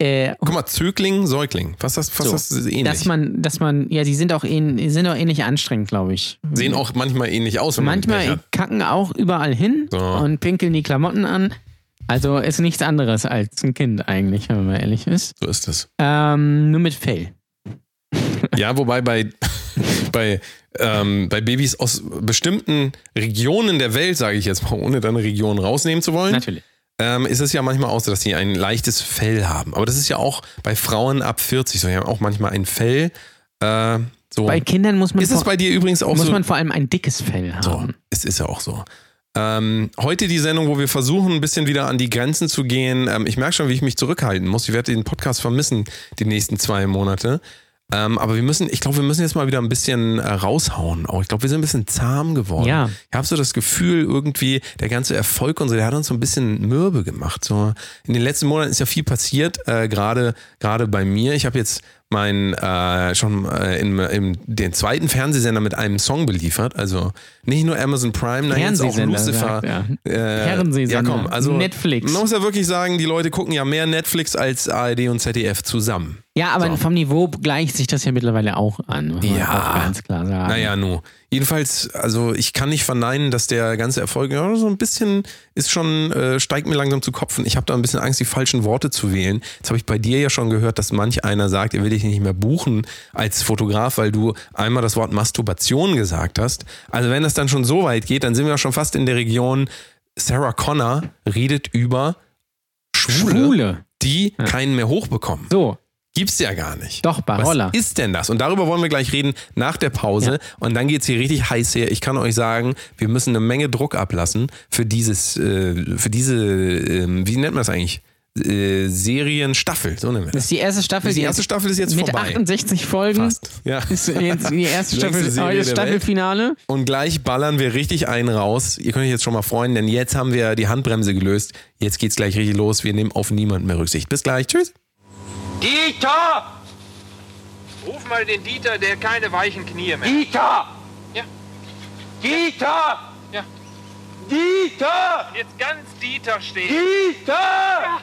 B: Äh,
A: Guck mal, Zögling, Säugling. Was das, was
B: So.
A: das ist ähnlich.
B: dass man, dass man, ja, die sind auch, ähn, die sind auch ähnlich anstrengend, glaube ich.
A: Sehen auch manchmal ähnlich aus. Wenn man Pech
B: Manchmal
A: hat.
B: kacken auch überall hin
A: So.
B: und pinkeln die Klamotten an. Also ist nichts anderes als ein Kind eigentlich, wenn man mal ehrlich ist.
A: So ist es.
B: Ähm, nur mit Fell.
A: Ja, wobei bei, bei, ähm, bei Babys aus bestimmten Regionen der Welt, sage ich jetzt mal, ohne dann Region rausnehmen zu wollen,
B: Natürlich.
A: ähm, ist es ja manchmal auch so, dass sie ein leichtes Fell haben. Aber das ist ja auch bei Frauen ab 40 so. Die haben auch manchmal ein Fell. Äh, so.
B: Bei Kindern muss man,
A: ist es
B: vor,
A: bei dir übrigens auch
B: muss
A: so?
B: man vor allem ein dickes Fell haben.
A: so, es ist ja auch so. Ähm, heute die Sendung, wo wir versuchen, ein bisschen wieder an die Grenzen zu gehen. Ähm, ich merke schon, wie ich mich zurückhalten muss. Ich werde den Podcast vermissen, die nächsten zwei Monate. Ähm, aber wir müssen, ich glaube, wir müssen jetzt mal wieder ein bisschen äh, raushauen. Auch ich glaube, wir sind ein bisschen zahm geworden.
B: Ja.
A: Ich habe so das Gefühl, irgendwie, der ganze Erfolg und so, der hat uns so ein bisschen mürbe gemacht. So, in den letzten Monaten ist ja viel passiert, äh, gerade gerade bei mir. Ich habe jetzt mein äh, schon äh, in, in den zweiten Fernsehsender mit einem Song beliefert. Also nicht nur Amazon Prime, nein, jetzt auch
B: Fernsehsender,
A: Lucifer.
B: sagt er.
A: Äh,
B: Fernsehsender,
A: ja, komm, also
B: Netflix.
A: Man muss ja wirklich sagen, die Leute gucken ja mehr Netflix als ARD und ZDF zusammen.
B: Ja, aber
A: So.
B: vom Niveau gleicht sich das ja mittlerweile auch an. muss man
A: Ja.
B: Auch ganz klar sagen.
A: Naja, nu. Jedenfalls, also ich kann nicht verneinen, dass der ganze Erfolg ja, so ein bisschen ist schon, äh, steigt mir langsam zu Kopfen. Ich habe da ein bisschen Angst, die falschen Worte zu wählen. Jetzt habe ich bei dir ja schon gehört, dass manch einer sagt, er will dich nicht mehr buchen als Fotograf, weil du einmal das Wort Masturbation gesagt hast. Also wenn das dann schon so weit geht, dann sind wir schon fast in der Region, Sarah Connor redet über Schwule,
B: Schwule.
A: die keinen mehr hochbekommen.
B: So,
A: Gibt's ja gar nicht.
B: Doch, Barolla.
A: Was ist denn das? Und darüber wollen wir gleich reden nach der Pause. Und dann geht's hier richtig heiß her. Ich kann euch sagen, wir müssen eine Menge Druck ablassen für dieses, äh, für diese, ähm, wie nennt man das eigentlich? Äh, Serienstaffel, so nennen wir
B: das
A: das.
B: ist die erste Staffel.
A: Die erste Staffel ist jetzt
B: mit
A: vorbei.
B: 68 Folgen.
A: Fast. Ja.
B: Ist jetzt die
A: Längste
B: erste Staffel,
A: Serie
B: oh, das
A: der
B: Staffelfinale.
A: Und gleich ballern wir richtig einen raus. Ihr könnt euch jetzt schon mal freuen, denn jetzt haben wir die Handbremse gelöst. Jetzt geht's gleich richtig los. Wir nehmen auf niemanden mehr Rücksicht. Bis gleich. Tschüss.
D: Dieter!
E: Ruf mal den Dieter, der keine weichen Knie mehr.
D: Dieter!
E: Ja.
D: Dieter!
E: Ja.
D: Dieter!
E: hat. Jetzt ganz Dieter stehen.
D: Dieter!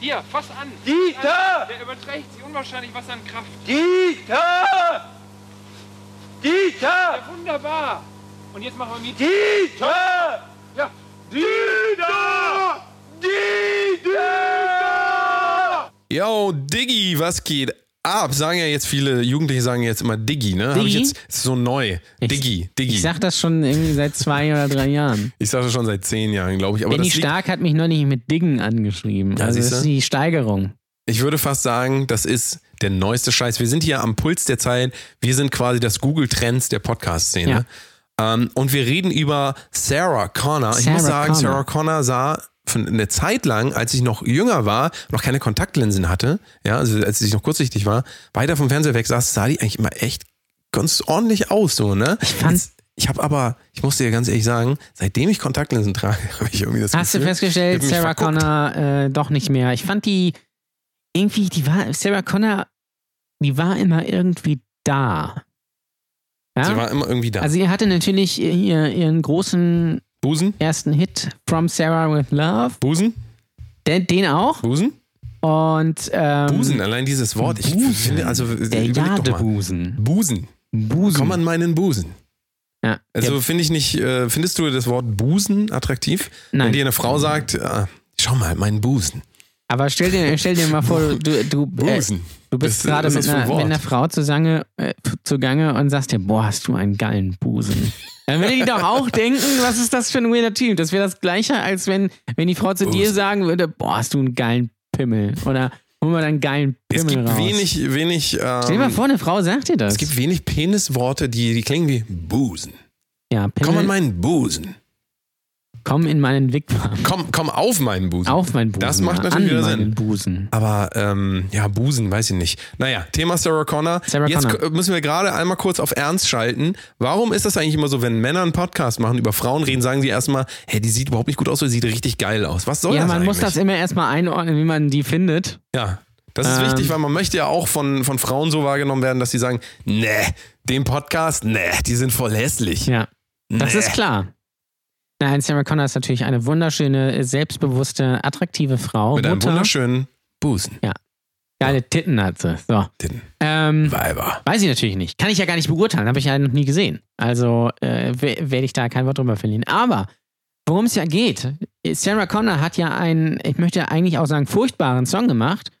E: Hier, fass an.
D: Dieter!
E: Der überträgt sich unwahrscheinlich was an Kraft.
D: Dieter! Dieter!
E: Ja, wunderbar. Und jetzt machen wir mit.
D: Dieter!
E: Ja.
D: Dieter! Dieter!
A: Yo, Diggi, was geht ab? Sagen ja jetzt viele, Jugendliche sagen jetzt immer Diggi, ne? Hab ich
B: Diggi?
A: jetzt, ist so neu. Diggi, Diggi.
B: Ich sag das schon irgendwie seit zwei oder drei Jahren.
A: das schon seit zehn Jahren, glaube ich. Aber
B: Benny
A: das liegt,
B: Stark hat mich neulich mit Diggen angeschrieben.
A: Ja,
B: also das
A: siehste.
B: ist die Steigerung.
A: ich würde fast sagen, das ist der neueste Scheiß. Wir sind hier am Puls der Zeit. Wir sind quasi das Google Trends der Podcast-Szene. Ähm, und wir reden über Sarah Connor. ich muss sagen,
B: Sarah Connor.
A: Sarah Connor sah von eine Zeit lang, als ich noch jünger war, noch keine Kontaktlinsen hatte, ja, also als ich noch kurzsichtig war, weiter vom Fernseher weg saß, sah die eigentlich immer echt ganz ordentlich aus, so, ne? Ich
B: fand-
A: ich habe aber, ich muss dir ganz ehrlich sagen, seitdem ich Kontaktlinsen trage, habe ich irgendwie das
B: Hast du
A: Gefühl,
B: festgestellt,
A: ich hab mich
B: Sarah
A: verguckt.
B: Connor äh, doch nicht mehr. Ich fand die irgendwie, die war, Sarah Connor, die war immer irgendwie da. Ja?
A: Sie war immer irgendwie da.
B: also ihr hatte natürlich ihr, ihren großen
A: Busen?
B: ersten Hit, From Sarah with Love.
A: Busen?
B: Den, den auch.
A: Busen?
B: Und ähm,
A: Busen, allein dieses Wort. Ich
B: Busen.
A: finde, also
B: der
A: überleg doch mal.
B: Jadebusen.
A: Busen.
B: Busen.
A: Komm an meinen Busen.
B: ja.
A: Also
B: der,
A: finde ich nicht, äh, findest du das Wort Busen attraktiv? Wenn
B: Nein.
A: dir eine Frau sagt, äh, schau mal, meinen Busen.
B: aber stell dir, stell dir mal vor, du, du, äh,
A: Busen.
B: du bist
A: Das-
B: gerade
A: was
B: mit,
A: ist das für
B: einer-
A: ein
B: mit
A: Wort?
B: einer Frau zugange, äh, zugange und sagst dir, boah, hast du einen geilen Busen. Dann würde die doch auch denken, was ist das für ein weirder Typ? Das wäre das Gleiche, als wenn, wenn die Frau zu dir
A: Busen.
B: sagen würde, boah, hast du einen geilen Pimmel. Oder hol mal deinen geilen
A: Es
B: Pimmel
A: gibt
B: raus.
A: wenig, wenig,
B: stell dir mal
A: ähm,
B: vor, eine Frau sagt dir das.
A: es gibt wenig Penisworte, die, die klingen wie Busen.
B: Ja, Pimmel,
A: Komm
B: komm,
A: an meinen Busen.
B: in meinen Wigwam.
A: Komm, komm auf meinen Busen.
B: Auf meinen Busen.
A: Das macht
B: ja,
A: natürlich
B: an
A: wieder
B: meinen
A: Sinn.
B: Busen.
A: Aber ähm, ja, Busen, weiß ich nicht. Naja, Thema Sarah Connor.
B: Sarah
A: Jetzt
B: Connor.
A: k- müssen wir gerade einmal kurz auf Ernst schalten. Warum ist das eigentlich immer so, wenn Männer einen Podcast machen, über Frauen reden, sagen sie erstmal, hey, die sieht überhaupt nicht gut aus oder sieht richtig geil aus. Was soll
B: Ja,
A: das
B: man
A: eigentlich?
B: muss das immer erstmal einordnen, wie man die findet.
A: ja, das ist
B: Ähm.
A: wichtig, weil man möchte ja auch von, von Frauen so wahrgenommen werden, dass sie sagen, nee, den Podcast, nee, die sind voll hässlich. Ne.
B: Ja. Das
A: nee.
B: ist klar. Nein, Sarah Connor ist natürlich eine wunderschöne, selbstbewusste, attraktive Frau.
A: Mit einem
B: Mutter.
A: wunderschönen Busen.
B: Geile Titten hat sie. So.
A: Den
B: Ähm,
A: Weiber.
B: weiß ich natürlich nicht. Kann ich ja gar nicht beurteilen. Habe ich ja noch nie gesehen. Also äh, we- werde ich da kein Wort drüber verlieren. Aber worum es ja geht, Sarah Connor hat ja einen, ich möchte ja eigentlich auch sagen, furchtbaren Song gemacht.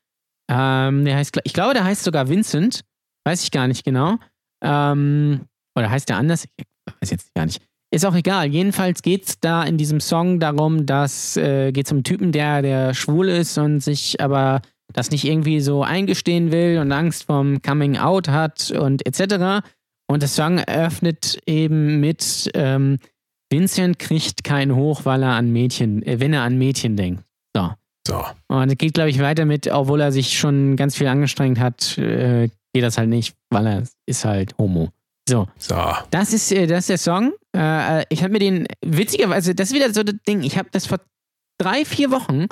B: Ähm, der heißt, ich glaube, der heißt sogar Vincent. Weiß ich gar nicht genau. Ähm, oder heißt der anders? Ich weiß jetzt gar nicht. Ist auch egal. Jedenfalls geht es da in diesem Song darum, dass äh, geht es um einen Typen, der, der schwul ist und sich aber das nicht irgendwie so eingestehen will und Angst vom Coming Out hat und etc. Und der Song eröffnet eben mit ähm, Vincent kriegt keinen Hoch, weil er an Mädchen, äh, wenn er an Mädchen denkt. So.
A: So.
B: Und es geht, glaube ich, weiter mit, obwohl er sich schon ganz viel angestrengt hat, äh, geht das halt nicht, weil er ist halt Homo. So.
A: So.
B: Das ist, äh, das ist der Song. Äh, ich habe mir den, witzigerweise, das ist wieder so das Ding, ich habe das vor drei, vier Wochen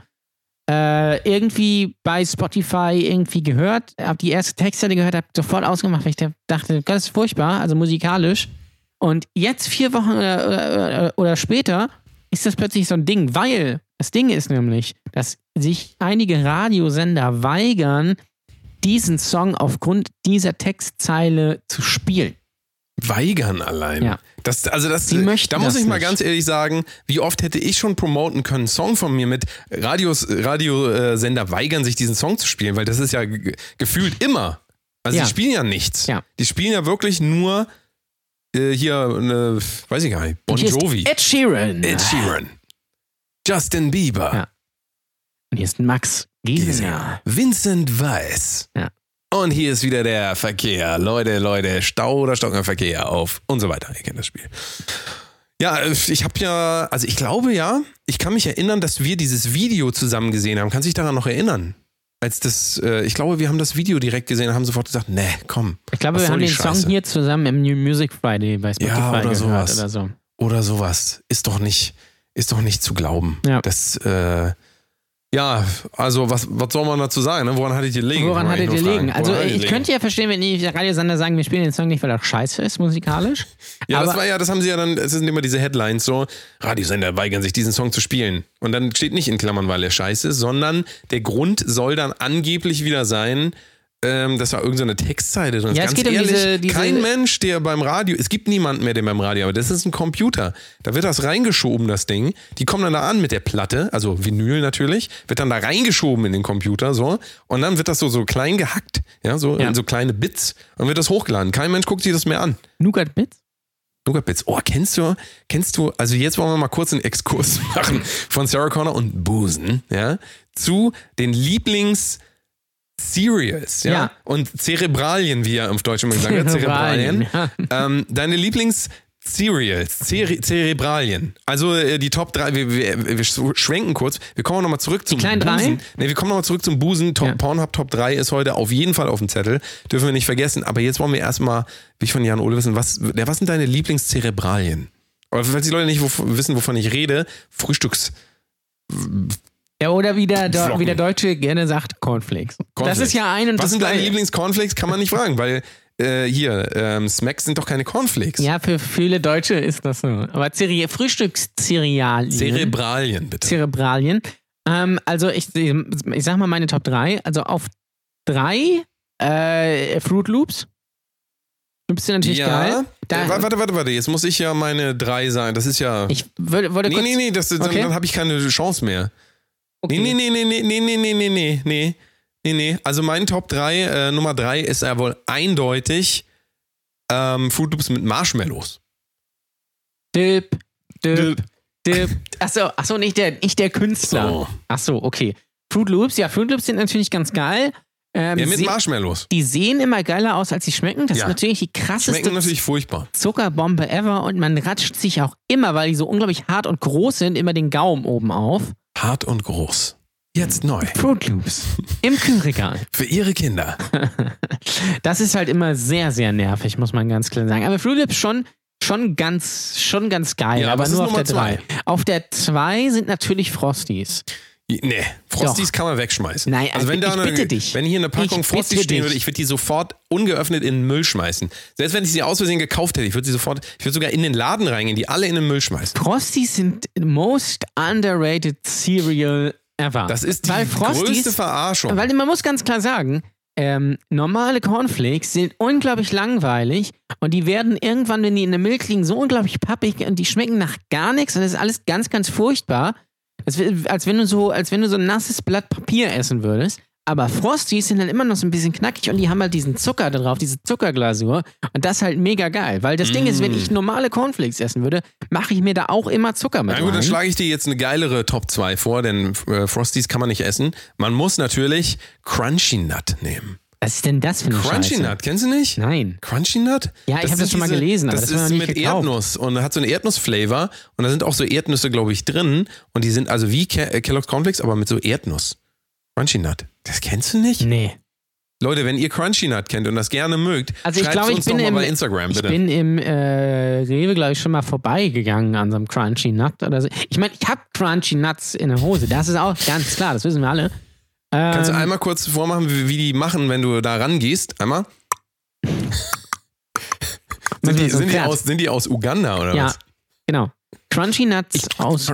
B: äh, irgendwie bei Spotify irgendwie gehört, habe die erste Textzeile gehört, habe sofort ausgemacht, weil ich da dachte, das ist furchtbar, also musikalisch. Und jetzt, vier Wochen oder, oder, oder- oder später, ist das plötzlich so ein Ding, weil das Ding ist nämlich, dass sich einige Radiosender weigern, diesen Song aufgrund dieser Textzeile zu spielen.
A: weigern allein.
B: Ja.
A: Das, also das,
B: Die möchten
A: da muss
B: das
A: ich mal
B: nicht.
A: ganz ehrlich sagen, wie oft hätte ich schon promoten können, einen Song von mir mit Radios, Radiosender weigern sich diesen Song zu spielen, weil das ist ja ge- ge- gefühlt immer. Also
B: Ja.
A: die spielen ja nichts.
B: Ja.
A: Die spielen ja wirklich nur äh, hier, ne, weiß ich gar nicht, Bon
B: Hier ist
A: Jovi,
B: Ed Sheeran.
A: Ed Sheeran, Justin Bieber,
B: Ja. Und hier ist Max Giesinger.
A: Vincent Weiss.
B: Genau. Ja.
A: Und hier ist wieder der Verkehr. Leute, Leute, Stau oder Stockender Verkehr auf und so weiter. Ihr kennt das Spiel. Ja, ich habe ja, also ich glaube ja, ich kann mich erinnern, dass wir dieses Video zusammen gesehen haben. Kannst du dich daran noch erinnern? Als das, äh, ich glaube, wir haben das Video direkt gesehen und haben sofort gesagt, nee, komm.
B: Ich glaube,
A: was
B: wir
A: soll
B: haben
A: die
B: den
A: Scheiße?
B: Song hier zusammen im New Music Friday bei Spotify
A: Ja, oder
B: gehört
A: sowas.
B: oder so.
A: Oder sowas. Ist doch nicht, ist doch nicht zu glauben.
B: Ja.
A: Das, äh, ja, also was, was soll man dazu sagen? Ne? Woran hattet ihr liegen?
B: Woran hattet ihr legen? Also ich
A: könnte
B: könnte ja verstehen, wenn die Radiosender sagen, wir spielen den Song nicht, weil er scheiße ist musikalisch.
A: Ja,
B: aber
A: das war ja, das haben sie ja dann, es sind immer diese Headlines so, Radiosender weigern sich, diesen Song zu spielen. Und dann steht nicht in Klammern, weil er scheiße ist, sondern der Grund soll dann angeblich wieder sein, ähm, dass da irgendeine Textzeile drin ist.
B: Ja, es
A: Ganz
B: geht um
A: ehrlich,
B: diese- diese-
A: kein Mensch, der beim Radio, es gibt niemanden mehr, der beim Radio, aber das ist ein Computer. Da wird das reingeschoben, das Ding. Die kommen dann da an mit der Platte, also Vinyl natürlich, wird dann da reingeschoben in den Computer, so. Und dann wird das so, so klein gehackt, ja, so,
B: Ja.
A: in so kleine Bits. Und wird das hochgeladen. Kein Mensch guckt sich das mehr an.
B: Nougat Bits?
A: Nougatbits. Oh, kennst du, kennst du, also jetzt wollen wir mal kurz einen Exkurs machen von Sarah Connor und Busen, ja, zu den Lieblings- Serials, ja?
B: Ja.
A: Und Zerebralien, wie ja im Deutschen immer gesagt wird, Zerebralien. ähm, deine Lieblings- Serials, Cere Zerebralien. Also äh, die Top 3, wir, wir, wir schwenken kurz. Wir kommen nochmal zurück zum
B: kleinen drei?
A: Busen. Nee, wir kommen nochmal zurück zum Busen. Top,
B: Ja.
A: Pornhub Top 3 ist heute auf jeden Fall auf dem Zettel. Dürfen wir nicht vergessen. Aber jetzt wollen wir erstmal, wie ich von Jan Ole wissen, was, ja, was sind deine Lieblingszerebralien? Aber falls die Leute nicht wo, wissen, wovon ich rede, Frühstücks.
B: Ja, oder wie der,
A: Flocken.
B: wie der Deutsche gerne sagt, Cornflakes.
A: Cornflakes.
B: Das ist ja ein und
A: Was
B: das
A: sind deine
B: gleiche.
A: Lieblingscornflakes? Kann man nicht fragen, weil äh, hier, ähm, Smacks sind doch keine Cornflakes.
B: Ja, für viele Deutsche ist das so. Aber Zere Frühstückszerealien.
A: Zerebralien, bitte.
B: Zerebralien. Ähm, also ich, ich sag mal meine Top 3. Also auf 3 äh, Fruit Loops. Loops sind natürlich geil.
A: Äh,
B: Da,
A: warte, warte, warte. Jetzt muss ich ja meine drei sagen. Das ist ja.
B: ich würde, wollte
A: nee,
B: kurz...
A: nee, nee, das, dann,
B: Okay.
A: dann habe ich keine Chance mehr.
B: Okay.
A: Nee, nee, nee, nee, nee, nee, nee, nee, nee, nee, nee. Nee, nee. Also mein Top 3, äh, Nummer 3 ist ja wohl eindeutig ähm, Fruit Loops mit Marshmallows.
B: Dip, dip,
A: Dip.
B: dip. Achso, achso nicht, der, nicht der Künstler.
A: So.
B: Achso, okay. Fruit Loops, ja, Fruit Loops sind natürlich ganz geil. Ähm,
A: Ja, mit
B: sie-
A: Marshmallows.
B: die sehen immer geiler aus, als sie schmecken. Das
A: Ja.
B: ist natürlich die krasseste
A: Schmecken natürlich furchtbar.
B: Zuckerbombe ever und man ratscht sich auch immer, weil die so unglaublich hart und groß sind, immer den Gaumen oben auf.
A: Hart und groß. Jetzt neu.
B: Fruit Loops. Im Kühlregal.
A: Für ihre Kinder.
B: Das ist halt immer sehr, sehr nervig, muss man ganz klar sagen. Aber Fruit Loops schon, schon ganz, schon ganz geil.
A: Ja,
B: aber
A: was
B: nur
A: ist
B: auf der
A: Nummer
B: 3. Auf der 2 sind natürlich Frosties.
A: Nee, Frosties kann man wegschmeißen.
B: Nein,
A: also wenn
B: ich-
A: da
B: ich
A: eine,
B: bitte dich.
A: Wenn hier eine Packung
B: Ich
A: Frosties
B: bitte
A: stehen würde,
B: dich.
A: ich würde die sofort ungeöffnet in den Müll schmeißen. Selbst wenn ich sie aus Versehen gekauft hätte, ich würde sie sofort, ich würde sogar in den Laden reingehen, die alle in den Müll schmeißen.
B: Frosties sind most underrated Cereal ever.
A: Das ist die
B: Weil Frosties-
A: größte Verarschung.
B: Weil man muss ganz klar sagen, ähm, normale Cornflakes sind unglaublich langweilig und die werden irgendwann, wenn die in der Milch liegen, so unglaublich pappig und die schmecken nach gar nichts und das ist alles ganz, ganz furchtbar. Das wird, als wenn du so, als wenn du so ein nasses Blatt Papier essen würdest. Aber Frosties sind dann immer noch so ein bisschen knackig und die haben halt diesen Zucker da drauf, diese Zuckerglasur. Und das ist halt mega geil. Weil das Ding ist, wenn
A: Mm.
B: ich normale Cornflakes essen würde, mache ich mir da auch immer Zucker mit.
A: Na gut,
B: rein.
A: dann schlage ich dir jetzt eine geilere Top 2 vor, denn äh, Frosties kann man nicht essen. Man muss natürlich Crunchy Nut nehmen.
B: Was ist denn das für eine
A: Crunchy
B: Scheiße?
A: Nut, kennst du nicht?
B: Nein.
A: Crunchy Nut?
B: Ja, ich hab das
A: sind
B: schon mal gelesen, aber
A: Das,
B: das haben wir
A: ist
B: noch
A: mit
B: nicht gekauft.
A: Erdnuss und hat so einen Erdnussflavor und da sind auch so Erdnüsse, glaube ich, drin und die sind also wie Ke äh, Kellogg's Cornflakes, aber mit so Erdnuss. Crunchy Nut. Das kennst du nicht?
B: Nee.
A: Leute, wenn ihr Crunchy Nut kennt und das gerne mögt,
B: Also ich
A: schreibt
B: glaube, ich
A: uns doch
B: bin
A: mal
B: im,
A: bei Instagram,
B: ich
A: bitte.
B: bin im äh, Rewe, glaube ich, schon mal vorbeigegangen an so einem Crunchy Nut oder so. Ich meine, ich habe Crunchy Nuts in der Hose. Das ist auch ganz klar, das wissen wir alle.
A: Kannst du
B: Ähm,
A: einmal kurz vormachen, wie, wie die machen, wenn du da rangehst? Einmal.
B: müssen
A: Sind die,
B: wir so
A: sind, die
B: Pferd-
A: aus, sind die aus Uganda oder
B: Ja,
A: was?
B: genau. Crunchy Nuts aus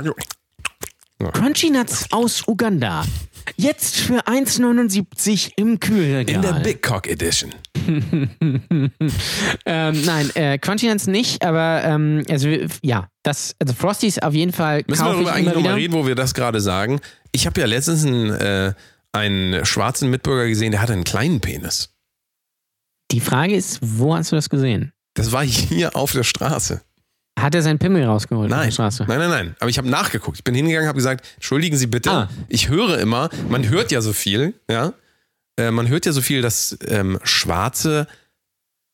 B: Crunchy Nuts aus Uganda. Jetzt für 1,79 im Kühlregal.
A: In der Big Cock Edition.
B: ähm, nein, äh, Crunchy Nuts nicht, aber ähm, also ja, das also Frosty ist auf jeden Fall
A: Müssen wir
B: kaufe ich
A: darüber eigentlich
B: immer wieder.
A: nochmal reden, wo wir das gerade sagen? Ich habe ja letztens einen, äh, einen schwarzen Mitbürger gesehen, der hatte einen kleinen Penis.
B: Die Frage ist, wo hast du das gesehen?
A: Das war hier auf der Straße.
B: Hat er seinen Pimmel rausgeholt auf
A: Nein,
B: der Straße?
A: nein, nein, nein. Aber ich habe nachgeguckt. Ich bin hingegangen, habe gesagt, entschuldigen Sie bitte.
B: Ah.
A: Ich höre immer, man hört ja so viel, ja. Äh, man hört ja so viel, dass ähm, Schwarze,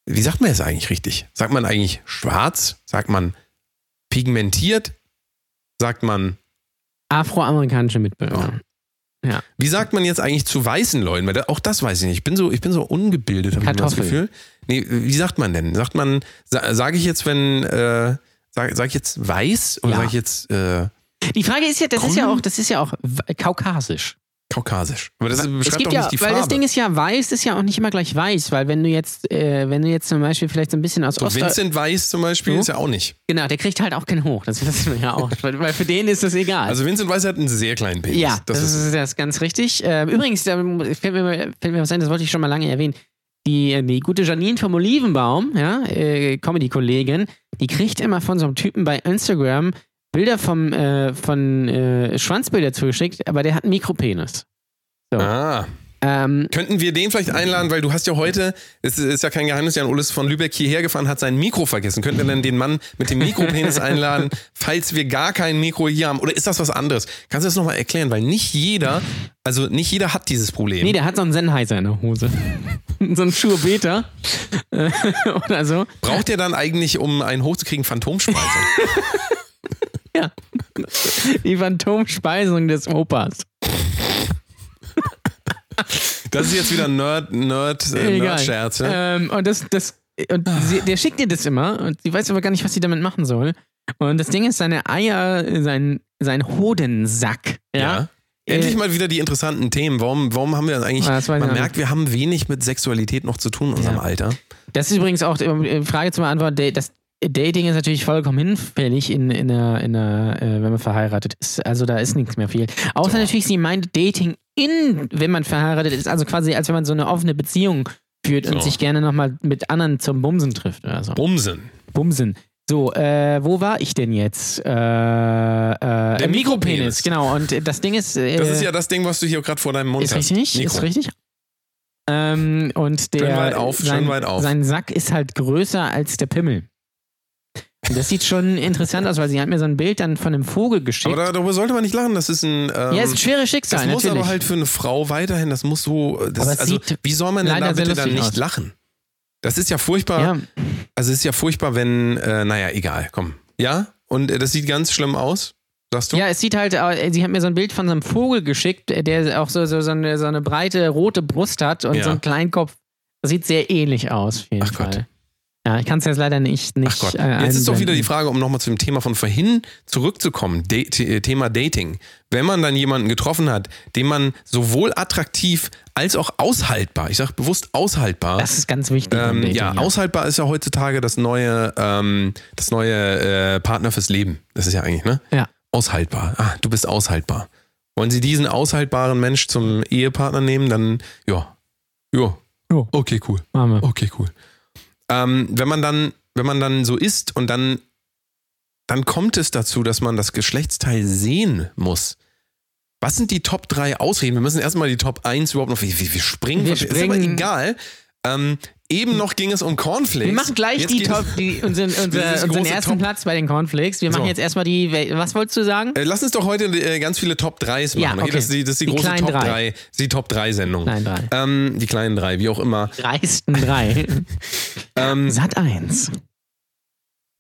A: wie sagt man das eigentlich richtig? Sagt man eigentlich schwarz? Sagt man pigmentiert? Sagt man
B: Afroamerikanische Mitbürger.
A: Wie sagt man jetzt eigentlich zu weißen Leuten? Weil da, auch das weiß ich nicht. Ich bin so, ich bin so ungebildet, habe ich immer das
B: Kartoffel.
A: Gefühl. Nee, wie sagt man denn? Sagt man, sa, sage ich jetzt, wenn, äh, sage sag ich jetzt weiß oder
B: Ja.
A: sage ich jetzt äh,
B: Die Frage ist ja, das ist
A: Grün?
B: ja auch, das ist ja auch w- kaukasisch.
A: kaukasisch? Aber das
B: Es
A: beschreibt
B: gibt
A: doch
B: ja,
A: nicht die Farbe.
B: weil das Ding ist ja weiß, ist ja auch nicht immer gleich weiß, weil wenn du jetzt, äh, wenn du jetzt zum Beispiel vielleicht so ein bisschen aus
A: so
B: Osteu-
A: Vincent Weiß zum Beispiel
B: äh, So?
A: ist ja auch nicht.
B: genau, der kriegt halt auch keinen hoch, das wissen wir ja auch, weil weil für den ist das egal.
A: Also Vincent Weiß hat einen sehr kleinen Penis.
B: ja, das,
A: das, ist,
B: ist, das ist ganz richtig. Äh, übrigens, da fällt mir, mal- fällt mir was ein, das wollte ich schon mal lange erwähnen. Die, die gute Janine vom Olivenbaum, ja, äh, Comedy-Kollegin, die kriegt immer von so einem Typen bei Instagram Bilder vom, äh, von äh, Schwanzbilder zugeschickt, aber der hat einen Mikropenis.
A: Ah.
B: Ähm,
A: Könnten wir den vielleicht einladen, weil du hast ja heute, es ist ja kein Geheimnis, Jan Ullis von Lübeck hierher gefahren, hat sein Mikro vergessen. Könnten wir denn den Mann mit dem Mikropenis einladen, falls wir gar kein Mikro hier haben? Oder ist das was anderes? Kannst du das nochmal erklären? Weil nicht jeder, also nicht jeder hat dieses Problem.
B: Nee, der hat so einen Sennheiser in der Hose. so einen Schuhe-Beta oder so.
A: Braucht der dann eigentlich, um einen hochzukriegen, Phantomspeise?
B: Ja. Die Phantomspeisung des Opas.
A: Das ist jetzt wieder Nerd, Nerd, äh,
B: Egal.
A: Nerd-Scherz. Ne?
B: Ähm, und das, das, und
A: Ah.
B: sie, der schickt ihr das immer und sie weiß aber gar nicht, was sie damit machen soll. Und das Ding ist, seine Eier, sein, sein Hodensack. Ja.
A: Ja. Endlich
B: Äh,
A: mal wieder die interessanten Themen. Warum, warum haben wir das eigentlich?
B: Ah, das weiß ich
A: man
B: auch
A: merkt, wir haben wenig mit Sexualität noch zu tun in unserem
B: Ja.
A: Alter.
B: Das ist übrigens auch äh, Frage zu beantworten. Da- Das Dating ist natürlich vollkommen hinfällig in, in der, in der, äh, wenn man verheiratet ist. Also da ist nichts mehr viel. Außer natürlich, sie meint Dating in, wenn man verheiratet ist. Also quasi, als wenn man so eine offene Beziehung führt und
A: So.
B: sich gerne nochmal mit anderen zum Bumsen trifft oder so.
A: Bumsen.
B: Bumsen. So, äh, wo war ich denn jetzt? Äh, äh, Der
A: Mikropenis.
B: Genau, und äh, das Ding ist. Äh,
A: Das ist ja das Ding, was du hier gerade vor deinem Mund
B: ist
A: hast.
B: richtig,
A: Mikro.
B: ist richtig. Ähm, und der
A: weit auf, schön
B: sein,
A: weit auf.
B: sein Sack ist halt größer als der Pimmel. Das sieht schon interessant aus, weil sie hat mir so ein Bild dann von einem Vogel geschickt.
A: Aber da- darüber sollte man nicht lachen. Das ist ein. Ähm,
B: ja, ist ein schweres
A: das
B: Schicksal,
A: muss
B: natürlich.
A: aber halt für eine Frau weiterhin, das muss so. Das,
B: Aber es
A: also,
B: sieht
A: wie soll man denn da
B: leider sehr
A: bitte dann
B: lustig
A: nicht
B: aus.
A: lachen? Das ist ja furchtbar.
B: ja,
A: Also, es ist ja furchtbar, wenn. Äh, naja, egal, komm. Ja? Und äh, das sieht ganz schlimm aus, sagst du?
B: ja, es sieht halt, äh, sie hat mir so ein Bild von so einem Vogel geschickt, äh, der auch so, so, so, eine, so eine breite rote Brust hat und
A: Ja.
B: so einen kleinen Kopf. Das sieht sehr ähnlich aus, auf jeden
A: Ach
B: Fall.
A: Gott.
B: Ja, ich kann es jetzt leider nicht. nicht
A: Ach Oh Gott,
B: äh,
A: jetzt ist doch wieder
B: einblenden.
A: die Frage, um nochmal zum Thema von vorhin zurückzukommen, Da- äh, Thema Dating. Wenn man dann jemanden getroffen hat, den man sowohl attraktiv als auch aushaltbar, ich sage bewusst aushaltbar,
B: Das ist ganz wichtig. beim
A: ähm,
B: Dating,
A: ja, aushaltbar ist ja heutzutage das neue, ähm, das neue äh, Partner fürs Leben. Das ist ja eigentlich, ne?
B: Ja.
A: Aushaltbar. Ah, du bist aushaltbar. Wollen Sie diesen aushaltbaren Mensch zum Ehepartner nehmen, dann ja. Ja.
B: Ja.
A: Okay, cool.
B: machen wir.
A: Okay, cool. Ähm, wenn man dann, wenn man dann so ist und dann, dann kommt es dazu, dass man das Geschlechtsteil sehen muss. Was sind die Top 3 Ausreden? Wir müssen erstmal die Top 1 überhaupt noch. Wir, wir, wir springen,
B: Wir
A: ist aber
B: springen.
A: egal. Ähm, eben noch ging es um Cornflakes.
B: Wir machen gleich
A: Jetzt
B: die
A: geht
B: Top,
A: Es,
B: die, unseren, unser,
A: große
B: unseren ersten
A: Top.
B: Platz bei den Cornflakes. Wir machen
A: So.
B: jetzt erstmal die. wel- Was wolltest du sagen?
A: äh, lass uns doch heute äh, ganz viele Top 3s machen.
B: Ja,
A: okay.
B: okay.
A: das, ist die, das ist die,
B: Die
A: große
B: kleinen
A: Top 3.
B: drei.
A: Das ist die Top 3 Sendung.
B: Kleinen drei.
A: Ähm, die kleinen drei, wie auch immer.
B: Dreisten drei.
A: Ähm,
B: Sat 1.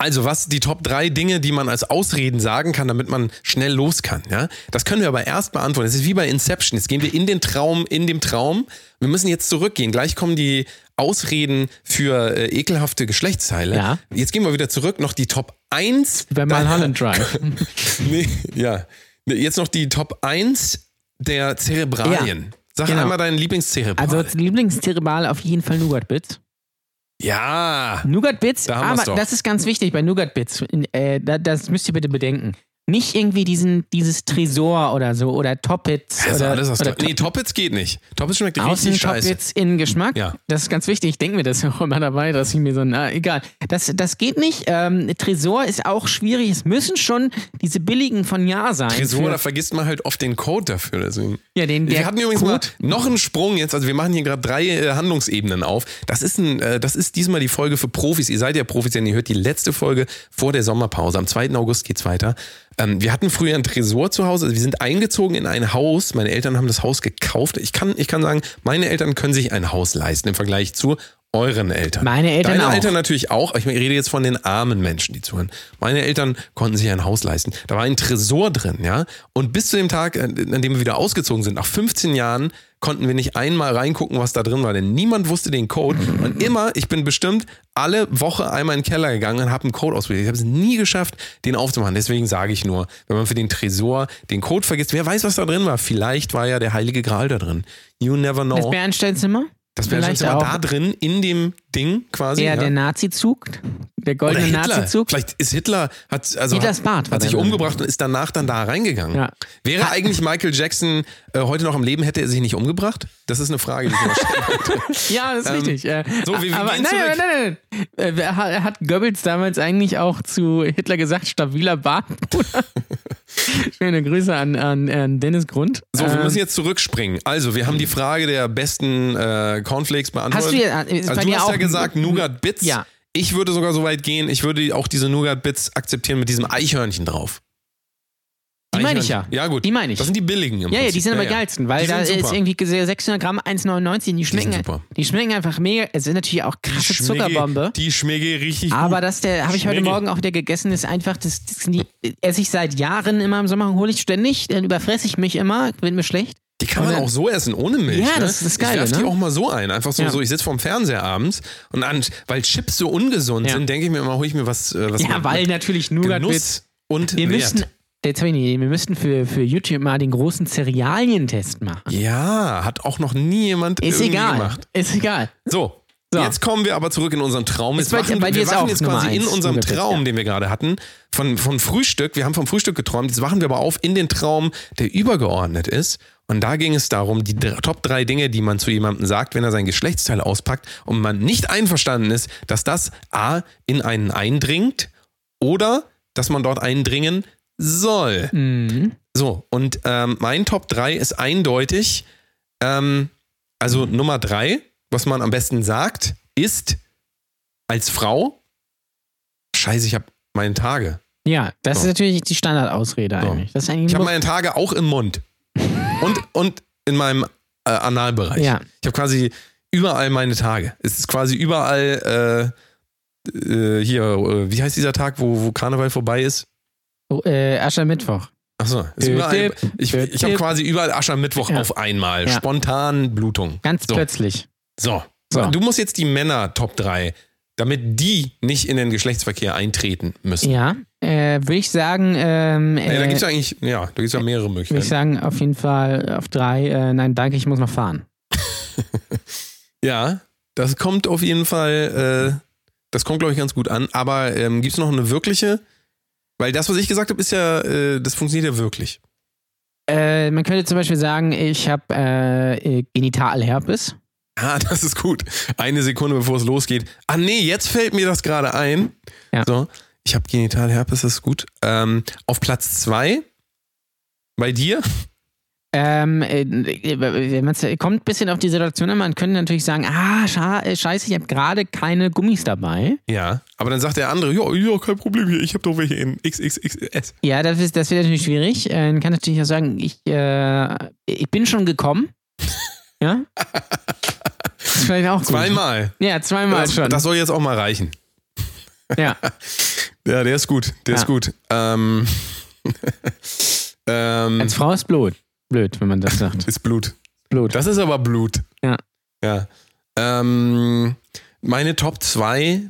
A: Also, was die Top 3 Dinge, die man als Ausreden sagen kann, damit man schnell los kann, ja? Das können wir aber erst beantworten. Es ist wie bei Inception. Jetzt gehen wir in den Traum, in dem Traum. Wir müssen jetzt zurückgehen. Gleich kommen die Ausreden für äh, ekelhafte Geschlechtsteile.
B: Ja.
A: Jetzt gehen wir wieder zurück. Noch die Top 1.
B: Bei Mulholland Drive.
A: Nee, ja. Nee, Jetzt noch die Top 1 der Zerebralien. Sag
B: genau.
A: einmal deinen Lieblingszerebral.
B: Also Lieblingszerebral auf jeden Fall Nougat Bits.
A: ja.
B: Nougat Bits,
A: Da haben wir's doch.
B: aber das ist ganz wichtig bei Nougat Bits. In, Äh, da, das müsst ihr bitte bedenken. Nicht irgendwie diesen, dieses Tresor oder so oder Toppits
A: Also
B: oder,
A: alles, was
B: oder
A: du, nee, Toppets geht nicht. Toppets schmeckt
B: Außen
A: richtig scheiße.
B: Toppits in Geschmack.
A: Ja.
B: Das ist ganz wichtig. Ich denke mir das auch immer dabei, dass ich mir so, na, egal. Das, das geht nicht. Ähm, Tresor ist auch schwierig. Es müssen schon diese billigen von Ja sein.
A: Tresor, da
B: Für-
A: vergisst man halt oft den Code dafür. Deswegen.
B: Ja, den-
A: wir
B: der
A: hatten übrigens
B: Code-
A: mal noch einen Sprung jetzt. Also wir machen hier gerade drei äh, Handlungsebenen auf. Das ist, ein, äh, das ist diesmal die Folge für Profis. Ihr seid ja Profis, denn ihr hört die letzte Folge vor der Sommerpause. Am 2. August geht's weiter. Ähm, wir hatten früher einen Tresor zu Hause. Also wir sind eingezogen in ein Haus. Meine Eltern haben das Haus gekauft. Ich kann, ich kann sagen, meine Eltern können sich ein Haus leisten im Vergleich zu euren Eltern.
B: Meine Eltern
A: Deine
B: auch.
A: Eltern natürlich auch. aber Ich rede jetzt von den armen Menschen, die zuhören. Meine Eltern konnten sich ein Haus leisten. Da war ein Tresor drin, ja. Und bis zu dem Tag, äh, an dem wir wieder ausgezogen sind, nach 15 Jahren, konnten wir nicht einmal reingucken, was da drin war, denn niemand wusste den Code. Und immer, ich bin bestimmt alle Woche einmal in den Keller gegangen und habe einen Code ausprobiert. Ich habe es nie geschafft, den aufzumachen. Deswegen sage ich nur, wenn man für den Tresor den Code vergisst, wer weiß, was da drin war. Vielleicht war ja der Heilige Gral da drin. You never know.
B: Das Bernsteinzimmer?
A: Das wäre
B: Vielleicht
A: schon immer
B: auch.
A: da drin, in dem Ding quasi.
B: Der,
A: ja.
B: der Nazi-Zug,
A: Oder
B: der goldene
A: Hitler.
B: Nazi-Zug.
A: Vielleicht ist Hitler, hat, also
B: Hitlers
A: hat,
B: Bart war
A: hat sich
B: der Name.
A: umgebracht und ist danach dann da reingegangen.
B: Ja.
A: Wäre eigentlich Michael Jackson äh, heute noch am Leben, hätte er sich nicht umgebracht? Das ist eine Frage, die ich mir stelle.
B: Ja, das ist richtig. Äh,
A: Ähm, so, wir- wir
B: aber
A: gehen
B: nein,
A: zurück.
B: nein, nein, nein. Äh, wer ha- hat Goebbels damals eigentlich auch zu Hitler gesagt, stabiler Bartbruder? Schöne Grüße an, an, an Dennis Grund.
A: So, wir
B: Ähm,
A: müssen jetzt zurückspringen. Also, wir haben die Frage der besten äh, Cornflakes beantwortet.
B: Hast du ja- äh, ist
A: also,
B: bei
A: du
B: dir
A: hast ja
B: auch-
A: gesagt, Nougat Bits.
B: Ja.
A: Ich würde sogar so weit gehen, ich würde auch diese Nougat Bits akzeptieren mit diesem Eichhörnchen drauf.
B: Die meine ich
A: Eichhörnchen.
B: ja.
A: Ja, gut.
B: Die meine ich.
A: Das sind die billigen im
B: Ja, ja, die
A: Prinzip.
B: sind aber geilsten, weil
A: Die
B: da
A: sind
B: ist
A: super.
B: irgendwie gesehen 600 Gramm 1,99 und die schmecken,
A: sind super.
B: die schmecken einfach mega. Es sind natürlich auch krasse Zuckerbombe.
A: Die schmecke richtig
B: Aber
A: gut.
B: das der habe ich heute
A: Schmecke.
B: Morgen auch wieder gegessen, ist einfach, das, das sind die, esse ich seit Jahren immer im Sommer, hole ich ständig, dann überfresse ich mich immer, wird mir schlecht.
A: Die kann man
B: Und dann-
A: auch so essen, ohne Milch.
B: Ja,
A: ne?
B: das ist das Geile,
A: Ich werf die
B: ne?
A: auch mal so ein. Einfach so,
B: Ja.
A: so ich sitze vorm Fernseher abends und an, weil Chips so ungesund
B: Ja.
A: sind, denke ich mir immer, hol ich mir was, äh, was
B: Ja,
A: mit-
B: weil
A: mit
B: natürlich nougat
A: Genuss und
B: Wir
A: Wert.
B: müssten, jetzt hab ich eine Idee, wir müssten für, für YouTube mal den großen Cerealien-Test machen.
A: Ja, hat auch noch nie jemand
B: Ist
A: irgendwie
B: egal.
A: gemacht.
B: Ist egal.
A: So.
B: So.
A: Jetzt kommen wir aber zurück in unseren Traum. Jetzt
B: bei-
A: wachen,
B: bei dir
A: wir
B: ist
A: wachen
B: auch
A: jetzt
B: Nummer
A: quasi in
B: eins,
A: unserem
B: Nougat-Bits,
A: Traum,
B: ja.
A: den wir gerade hatten, von, vom Frühstück. Wir haben vom Frühstück geträumt. Jetzt wachen wir aber auf in den Traum, der übergeordnet ist. Und da ging es darum, die dr- Top drei Dinge, die man zu jemandem sagt, wenn er sein Geschlechtsteil auspackt und man nicht einverstanden ist, dass das A in einen eindringt oder dass man dort eindringen soll.
B: Mhm.
A: So, und ähm, mein Top 3 ist eindeutig. Ähm, also Nummer 3, was man am besten sagt, ist als Frau. Scheiße, ich habe Meine Tage.
B: Ja, das
A: So.
B: ist natürlich die Standardausrede
A: So.
B: eigentlich. Das ist eigentlich
A: Ich habe
B: nur-
A: meine Tage auch im Mund. Und, und in meinem äh, Analbereich.
B: Ja.
A: Ich habe quasi überall meine Tage. Es ist quasi überall äh, äh, hier, äh, wie heißt dieser Tag, wo, wo Karneval vorbei ist?
B: oh, äh, Aschermittwoch.
A: Achso, ist
B: Dip,
A: überall,
B: dip,
A: ich,
B: dip,
A: ich habe
B: dip.
A: quasi überall Aschermittwoch
B: Ja.
A: auf einmal.
B: Ja.
A: Spontan Blutung.
B: Ganz
A: So.
B: plötzlich.
A: So.
B: So.
A: Du musst jetzt die Männer Top 3, damit die nicht in den Geschlechtsverkehr eintreten müssen.
B: Ja. Äh, Würde ich sagen, ähm,
A: Nee, da
B: äh,
A: gibt es ja eigentlich, ja, da gibt's ja mehrere
B: würde ich
A: Möglichkeiten.
B: sagen, auf jeden Fall auf drei, äh, nein, danke, ich muss noch fahren.
A: Ja, das kommt auf jeden Fall, äh, das kommt, glaube ich, ganz gut an. Aber ähm, gibt es noch eine wirkliche? Weil das, was ich gesagt habe, ist ja, äh, das funktioniert ja wirklich.
B: Äh, man könnte zum Beispiel sagen, ich habe äh, äh, Genitalherpes.
A: Ah, das ist gut. Eine Sekunde, bevor es losgeht. Ah, nee, jetzt fällt mir das gerade ein.
B: Ja.
A: So, ich habe Genitalherpes, das ist gut. Ähm, auf Platz zwei bei dir?
B: Ähm, äh, äh, wenn man's- kommt ein bisschen auf die Situation an. Man könnte natürlich sagen, ah, scha äh, scheiße, ich habe gerade keine Gummis dabei.
A: Ja. Aber dann sagt der andere, ja, ja, kein Problem hier, ich habe doch welche in XXXS.
B: Ja, das, ist, das wird natürlich schwierig. Äh, Man kann natürlich auch sagen, ich, äh, ich bin schon gekommen. Ja? Das ist vielleicht auch gut.
A: Zweimal.
B: Ja, zweimal
A: Das,
B: schon.
A: das soll jetzt auch mal reichen.
B: ja.
A: Ja, der ist gut. Der
B: Ja.
A: ist gut. Ähm, ähm,
B: Als Frau ist blöd. Blöd, wenn man das sagt.
A: ist Blut.
B: Blöd.
A: Das ist aber Blut.
B: Ja.
A: Ja. Ähm, meine Top 2,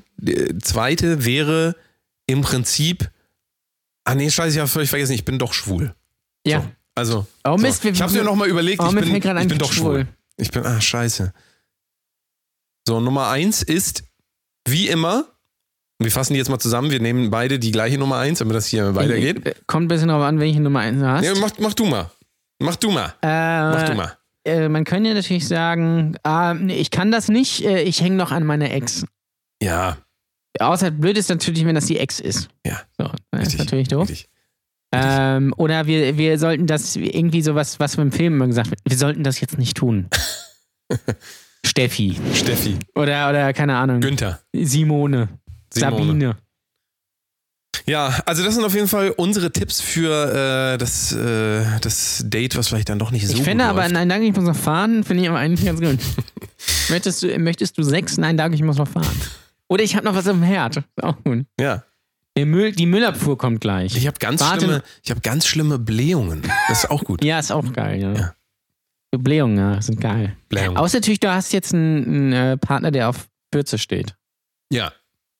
A: zweite wäre im Prinzip. Ah, nee, scheiße, ich habe völlig vergessen, ich bin doch schwul.
B: ja.
A: Also,
B: Oh
A: so.
B: Mist, wir-
A: ich habe mir nochmal überlegt,
B: Oh,
A: ich
B: mir
A: bin,
B: fällt gerade ein,
A: ich bin
B: ich bin
A: doch schwul.
B: schwul.
A: Ich bin, ah, scheiße. So, Nummer eins ist, wie immer, wir fassen die jetzt mal zusammen, wir nehmen beide die gleiche Nummer eins, damit das hier weitergeht.
B: Äh, Kommt ein bisschen drauf an, welche Nummer 1 hast.
A: Ja, mach, mach du mal. Mach du mal.
B: äh,
A: Mach du mal.
B: Äh, man könnte natürlich sagen, ah, nee, ich kann das nicht, äh, ich hänge noch an meiner Ex.
A: Ja,
B: Außer blöd ist natürlich, wenn das die Ex ist.
A: Ja.
B: So, das
A: richtig.
B: ist natürlich doof.
A: richtig.
B: Ähm, oder wir, wir sollten das irgendwie sowas, was im Film immer gesagt wird, wir sollten das jetzt nicht tun. Steffi.
A: Steffi,
B: Oder, oder keine Ahnung.
A: Günther.
B: Simone.
A: Simone.
B: Sabine.
A: Ja, also das sind auf jeden Fall unsere Tipps für äh, das, äh, das Date, was vielleicht dann doch nicht so
B: ich finde
A: gut
B: aber,
A: läuft.
B: nein, danke, ich muss noch fahren, finde ich aber eigentlich ganz gut. möchtest, du, möchtest du sechs? Nein, danke, ich muss noch fahren. Oder ich habe noch was im Herd. Ist Auch gut.
A: Ja,
B: Der Müll, die Müllabfuhr kommt gleich.
A: ich habe ganz
B: Warte.
A: schlimme, ich habe ganz schlimme Blähungen. Das ist auch gut.
B: Ja, ist auch geil, ja.
A: Ja.
B: So Blähungen, ja, sind geil.
A: Blähungen.
B: Außer natürlich, du hast jetzt einen, einen äh, Partner, der auf Bürze steht.
A: Ja.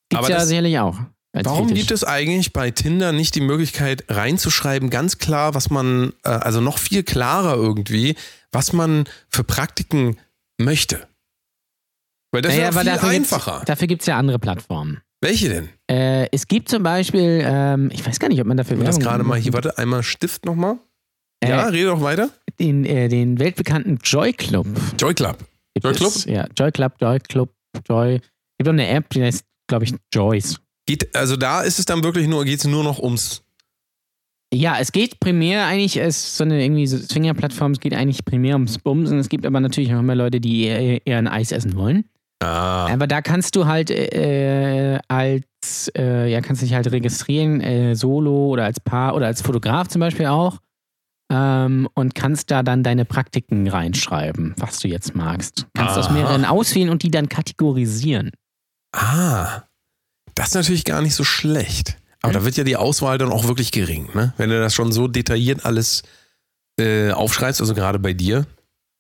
B: Gibt's
A: Aber
B: ja
A: das-
B: sicherlich auch. als
A: Warum
B: Fetisch.
A: gibt es eigentlich bei Tinder nicht die Möglichkeit reinzuschreiben, ganz klar, was man, äh, also noch viel klarer irgendwie, was man für Praktiken möchte? Weil das
B: Naja,
A: ist ja
B: aber
A: viel
B: dafür
A: einfacher.
B: Gibt's, dafür gibt es ja andere Plattformen.
A: Welche denn?
B: Äh, es gibt zum Beispiel, ähm, ich weiß gar nicht, ob man dafür
A: Ich das
B: Werbung-
A: gerade mal hier, warte, einmal Stift nochmal.
B: Äh,
A: Ja, rede doch weiter.
B: den, äh, den weltbekannten Joy Club.
A: Joy Club.
B: gibt
A: Joy
B: es.
A: Club?
B: Ja, Joy Club, Joy Club, Joy. Es gibt auch eine App, die heißt, glaube ich, Joyce.
A: Geht, also da ist es dann wirklich nur, geht es nur noch ums.
B: Ja, es geht primär eigentlich, es ist so eine irgendwie so Swinger-Plattform, es geht eigentlich primär ums Bumsen. Es gibt aber natürlich auch immer Leute, die eher, eher ein Eis essen wollen.
A: Ah.
B: Aber da kannst du halt äh, als, äh, ja, kannst dich halt registrieren, äh, solo oder als Paar oder als Fotograf zum Beispiel auch. Ähm, und kannst da dann deine Praktiken reinschreiben, was du jetzt magst. Kannst aus
A: Aha.
B: mehreren auswählen und die dann kategorisieren.
A: ah. Das ist natürlich gar nicht so schlecht. Aber
B: Mhm.
A: da wird ja die Auswahl dann auch wirklich gering, ne? Wenn du das schon so detailliert alles äh, aufschreibst, also gerade bei dir,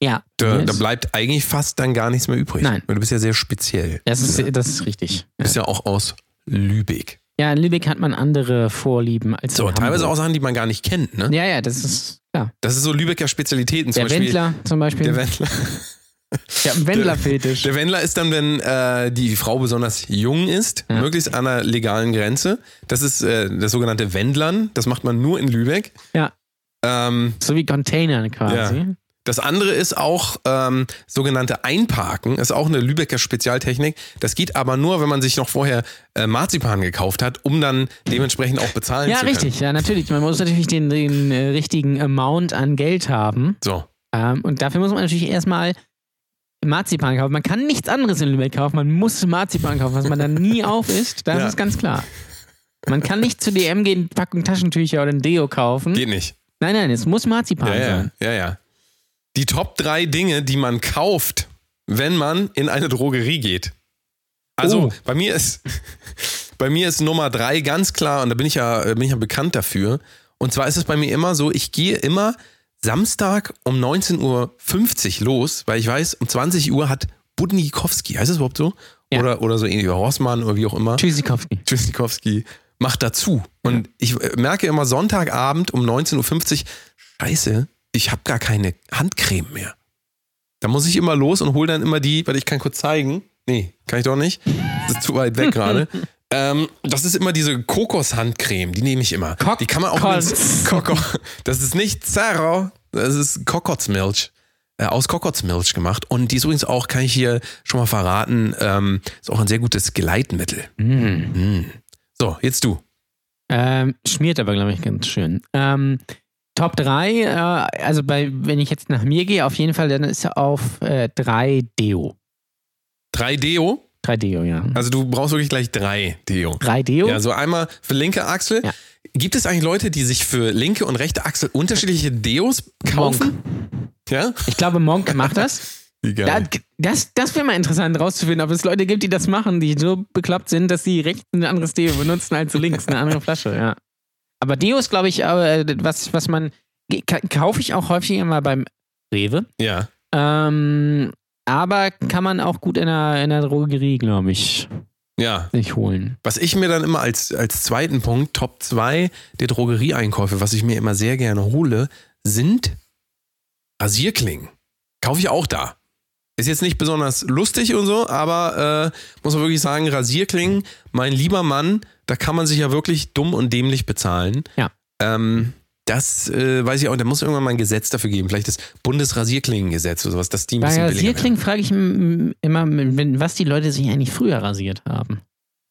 B: Ja.
A: da,
B: Yes.
A: da bleibt eigentlich fast dann gar nichts mehr übrig.
B: Nein.
A: Weil du bist ja sehr speziell.
B: das, ist, das ist richtig.
A: Du bist ja auch aus Lübeck.
B: Ja, in Lübeck hat man andere Vorlieben als
A: So,
B: in
A: teilweise auch
B: Hamburg.
A: Sachen, die man gar nicht kennt, ne?
B: Ja, ja, das ist, ja.
A: Das ist so Lübecker Spezialitäten. Zum
B: Der
A: Beispiel
B: Wendler zum Beispiel.
A: Der Wendler.
B: ja, ein Wendler-Fetisch.
A: Der Wendler ist dann, wenn äh, die Frau besonders jung ist,
B: Ja.
A: möglichst an einer legalen Grenze. Das ist äh, das sogenannte Wendlern. Das macht man nur in Lübeck.
B: Ja.
A: Ähm,
B: So wie Containern quasi.
A: Ja. das andere ist auch ähm, sogenannte Einparken. Ist auch eine Lübecker Spezialtechnik. Das geht aber nur, wenn man sich noch vorher äh, Marzipan gekauft hat, um dann dementsprechend auch bezahlen
B: Ja,
A: zu können.
B: richtig, ja, natürlich. Man muss natürlich den, den äh, richtigen Amount an Geld haben.
A: So.
B: Ähm, und dafür muss man natürlich erstmal Marzipan kaufen. Man kann nichts anderes in Lübeck kaufen, man muss Marzipan kaufen, was man dann nie auf isst. Das
A: Ja.
B: ist ganz klar. Man kann nicht zu DM gehen, eine Packung Taschentücher oder ein Deo kaufen.
A: Geht nicht.
B: Nein, nein, es muss Marzipan
A: Ja, ja,
B: sein.
A: ja, ja. Die Top 3 Dinge, die man kauft, wenn man in eine Drogerie geht. Also
B: Oh.
A: bei mir ist bei mir ist Nummer 3 ganz klar und da bin ich ja äh, bin ich ja bekannt dafür und zwar ist es bei mir immer so, ich gehe immer Samstag um 19:50 Uhr los, weil ich weiß, um 20 Uhr hat Budnikowski, heißt es überhaupt so?
B: Ja.
A: Oder oder so ähnlich oder Horstmann oder wie auch immer.
B: Tschüssikowski.
A: Tschüssikowski macht dazu. Und ich äh, merke immer Sonntagabend um 19.50 Uhr, scheiße, ich habe gar keine Handcreme mehr. Da muss ich immer los und hole dann immer die, weil ich kann kurz zeigen. Nee, kann ich doch nicht. Das ist zu weit weg gerade. Ähm, das ist immer diese Kokoshandcreme, die nehme ich immer.
B: Kok-
A: die kann man auch
B: Kotz.
A: Koko. Das ist nicht Zaro, das ist Kokotsmilch. Äh, aus Kokotsmilch gemacht. Und die ist übrigens auch, kann ich hier schon mal verraten, ähm, ist auch ein sehr gutes Geleitmittel.
B: Mm.
A: Hm. So, jetzt du.
B: Ähm, schmiert aber, glaube ich, ganz schön. Ähm, Top 3, äh, also bei, wenn ich jetzt nach mir gehe, auf jeden Fall, dann ist er auf äh, 3 Deo.
A: 3 Deo.
B: 3 Deo, ja.
A: Also du brauchst wirklich gleich drei Deo.
B: 3 Deo?
A: Ja, so einmal für linke Achsel.
B: Ja.
A: Gibt es eigentlich Leute, die sich für linke und rechte Achsel unterschiedliche Deos kaufen?
B: Monk.
A: Ja?
B: Ich glaube, Monk macht das.
A: Wie
B: Da,
A: geil.
B: das das wäre mal interessant rauszufinden, ob es Leute gibt, die das machen, die so bekloppt sind, dass sie rechts ein anderes Deo benutzen als links, eine andere Flasche, ja. Aber Deo ist, glaube ich, äh, was, was man. ka- Kaufe ich auch häufig immer beim Rewe.
A: ja.
B: Ähm, aber kann man auch gut in der, in der Drogerie, glaube ich,
A: Ja.
B: sich holen.
A: Was ich mir dann immer als, als zweiten Punkt, Top 2 der Drogerieeinkäufe, was ich mir immer sehr gerne hole, sind Rasierklingen. Kaufe ich auch da. Ist jetzt nicht besonders lustig und so, aber äh, muss man wirklich sagen, Rasierklingen, mein lieber Mann, da kann man sich ja wirklich dumm und dämlich bezahlen.
B: Ja.
A: Ähm, das äh, weiß ich auch, da muss irgendwann mal ein Gesetz dafür geben. Vielleicht das Bundesrasierklingengesetz oder sowas, dass die ein
B: Bei
A: bisschen billiger werden.
B: Rasierklingen frage ich m- immer, m- wenn, was die Leute sich eigentlich früher rasiert haben.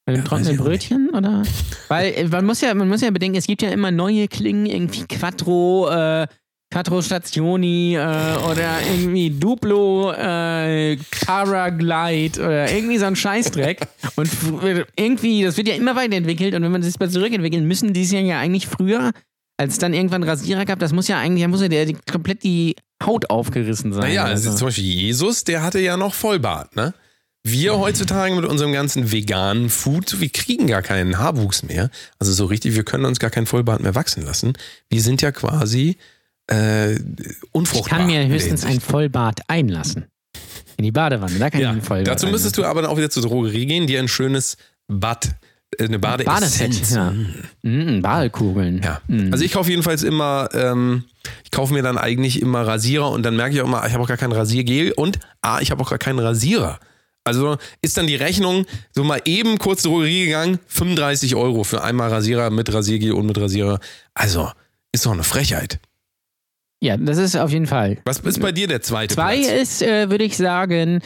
B: Mit einem
A: Ja,
B: trockenen
A: weiß ich auch
B: Brötchen oder? Weil äh, man muss ja, man muss ja bedenken, es gibt ja immer neue Klingen, irgendwie Quattro, äh, Quattro Stationi äh, oder irgendwie Duplo, äh, Cara Glide oder irgendwie so ein Scheißdreck. Und fr- äh, irgendwie, das wird ja immer weiterentwickelt und wenn man das mal zurückentwickelt, müssen die es ja ja eigentlich früher, als es dann irgendwann Rasierer gab, das muss ja eigentlich, da muss ja der, die, komplett die Haut aufgerissen sein.
A: Naja,
B: oder
A: also.
B: so.
A: zum Beispiel Jesus, der hatte ja noch Vollbart, ne? Wir heutzutage mit unserem ganzen veganen Food, wir kriegen gar keinen Haarwuchs mehr. Also so richtig, wir können uns gar keinen Vollbart mehr wachsen lassen. Wir sind ja quasi äh,
B: Ich
A: unfruchtbar.
B: kann mir
A: in der
B: höchstens ein
A: Hinsicht.
B: Vollbad einlassen. In die Badewanne, da kann ich
A: ja,
B: einen Vollbart.
A: Dazu müsstest du aber dann auch wieder zur Drogerie gehen, dir ein schönes Bad, äh, eine Badeessenz.
B: Badeessenz, ja. Mm, Badekugeln.
A: Hm. Ja.
B: Mm.
A: Also ich kaufe jedenfalls immer, ähm, ich kaufe mir dann eigentlich immer Rasierer und dann merke ich auch immer, ah, ich habe auch gar kein Rasiergel und ah, ich habe auch gar keinen Rasierer. Also ist dann die Rechnung so mal eben kurz zur Drogerie gegangen, 35 Euro für einmal Rasierer mit Rasiergel und mit Rasierer. Also ist doch eine Frechheit.
B: ja, das ist auf jeden Fall.
A: Was ist bei dir der zweite
B: Mhm. Zwei
A: Platz?
B: ist, äh, würde ich sagen,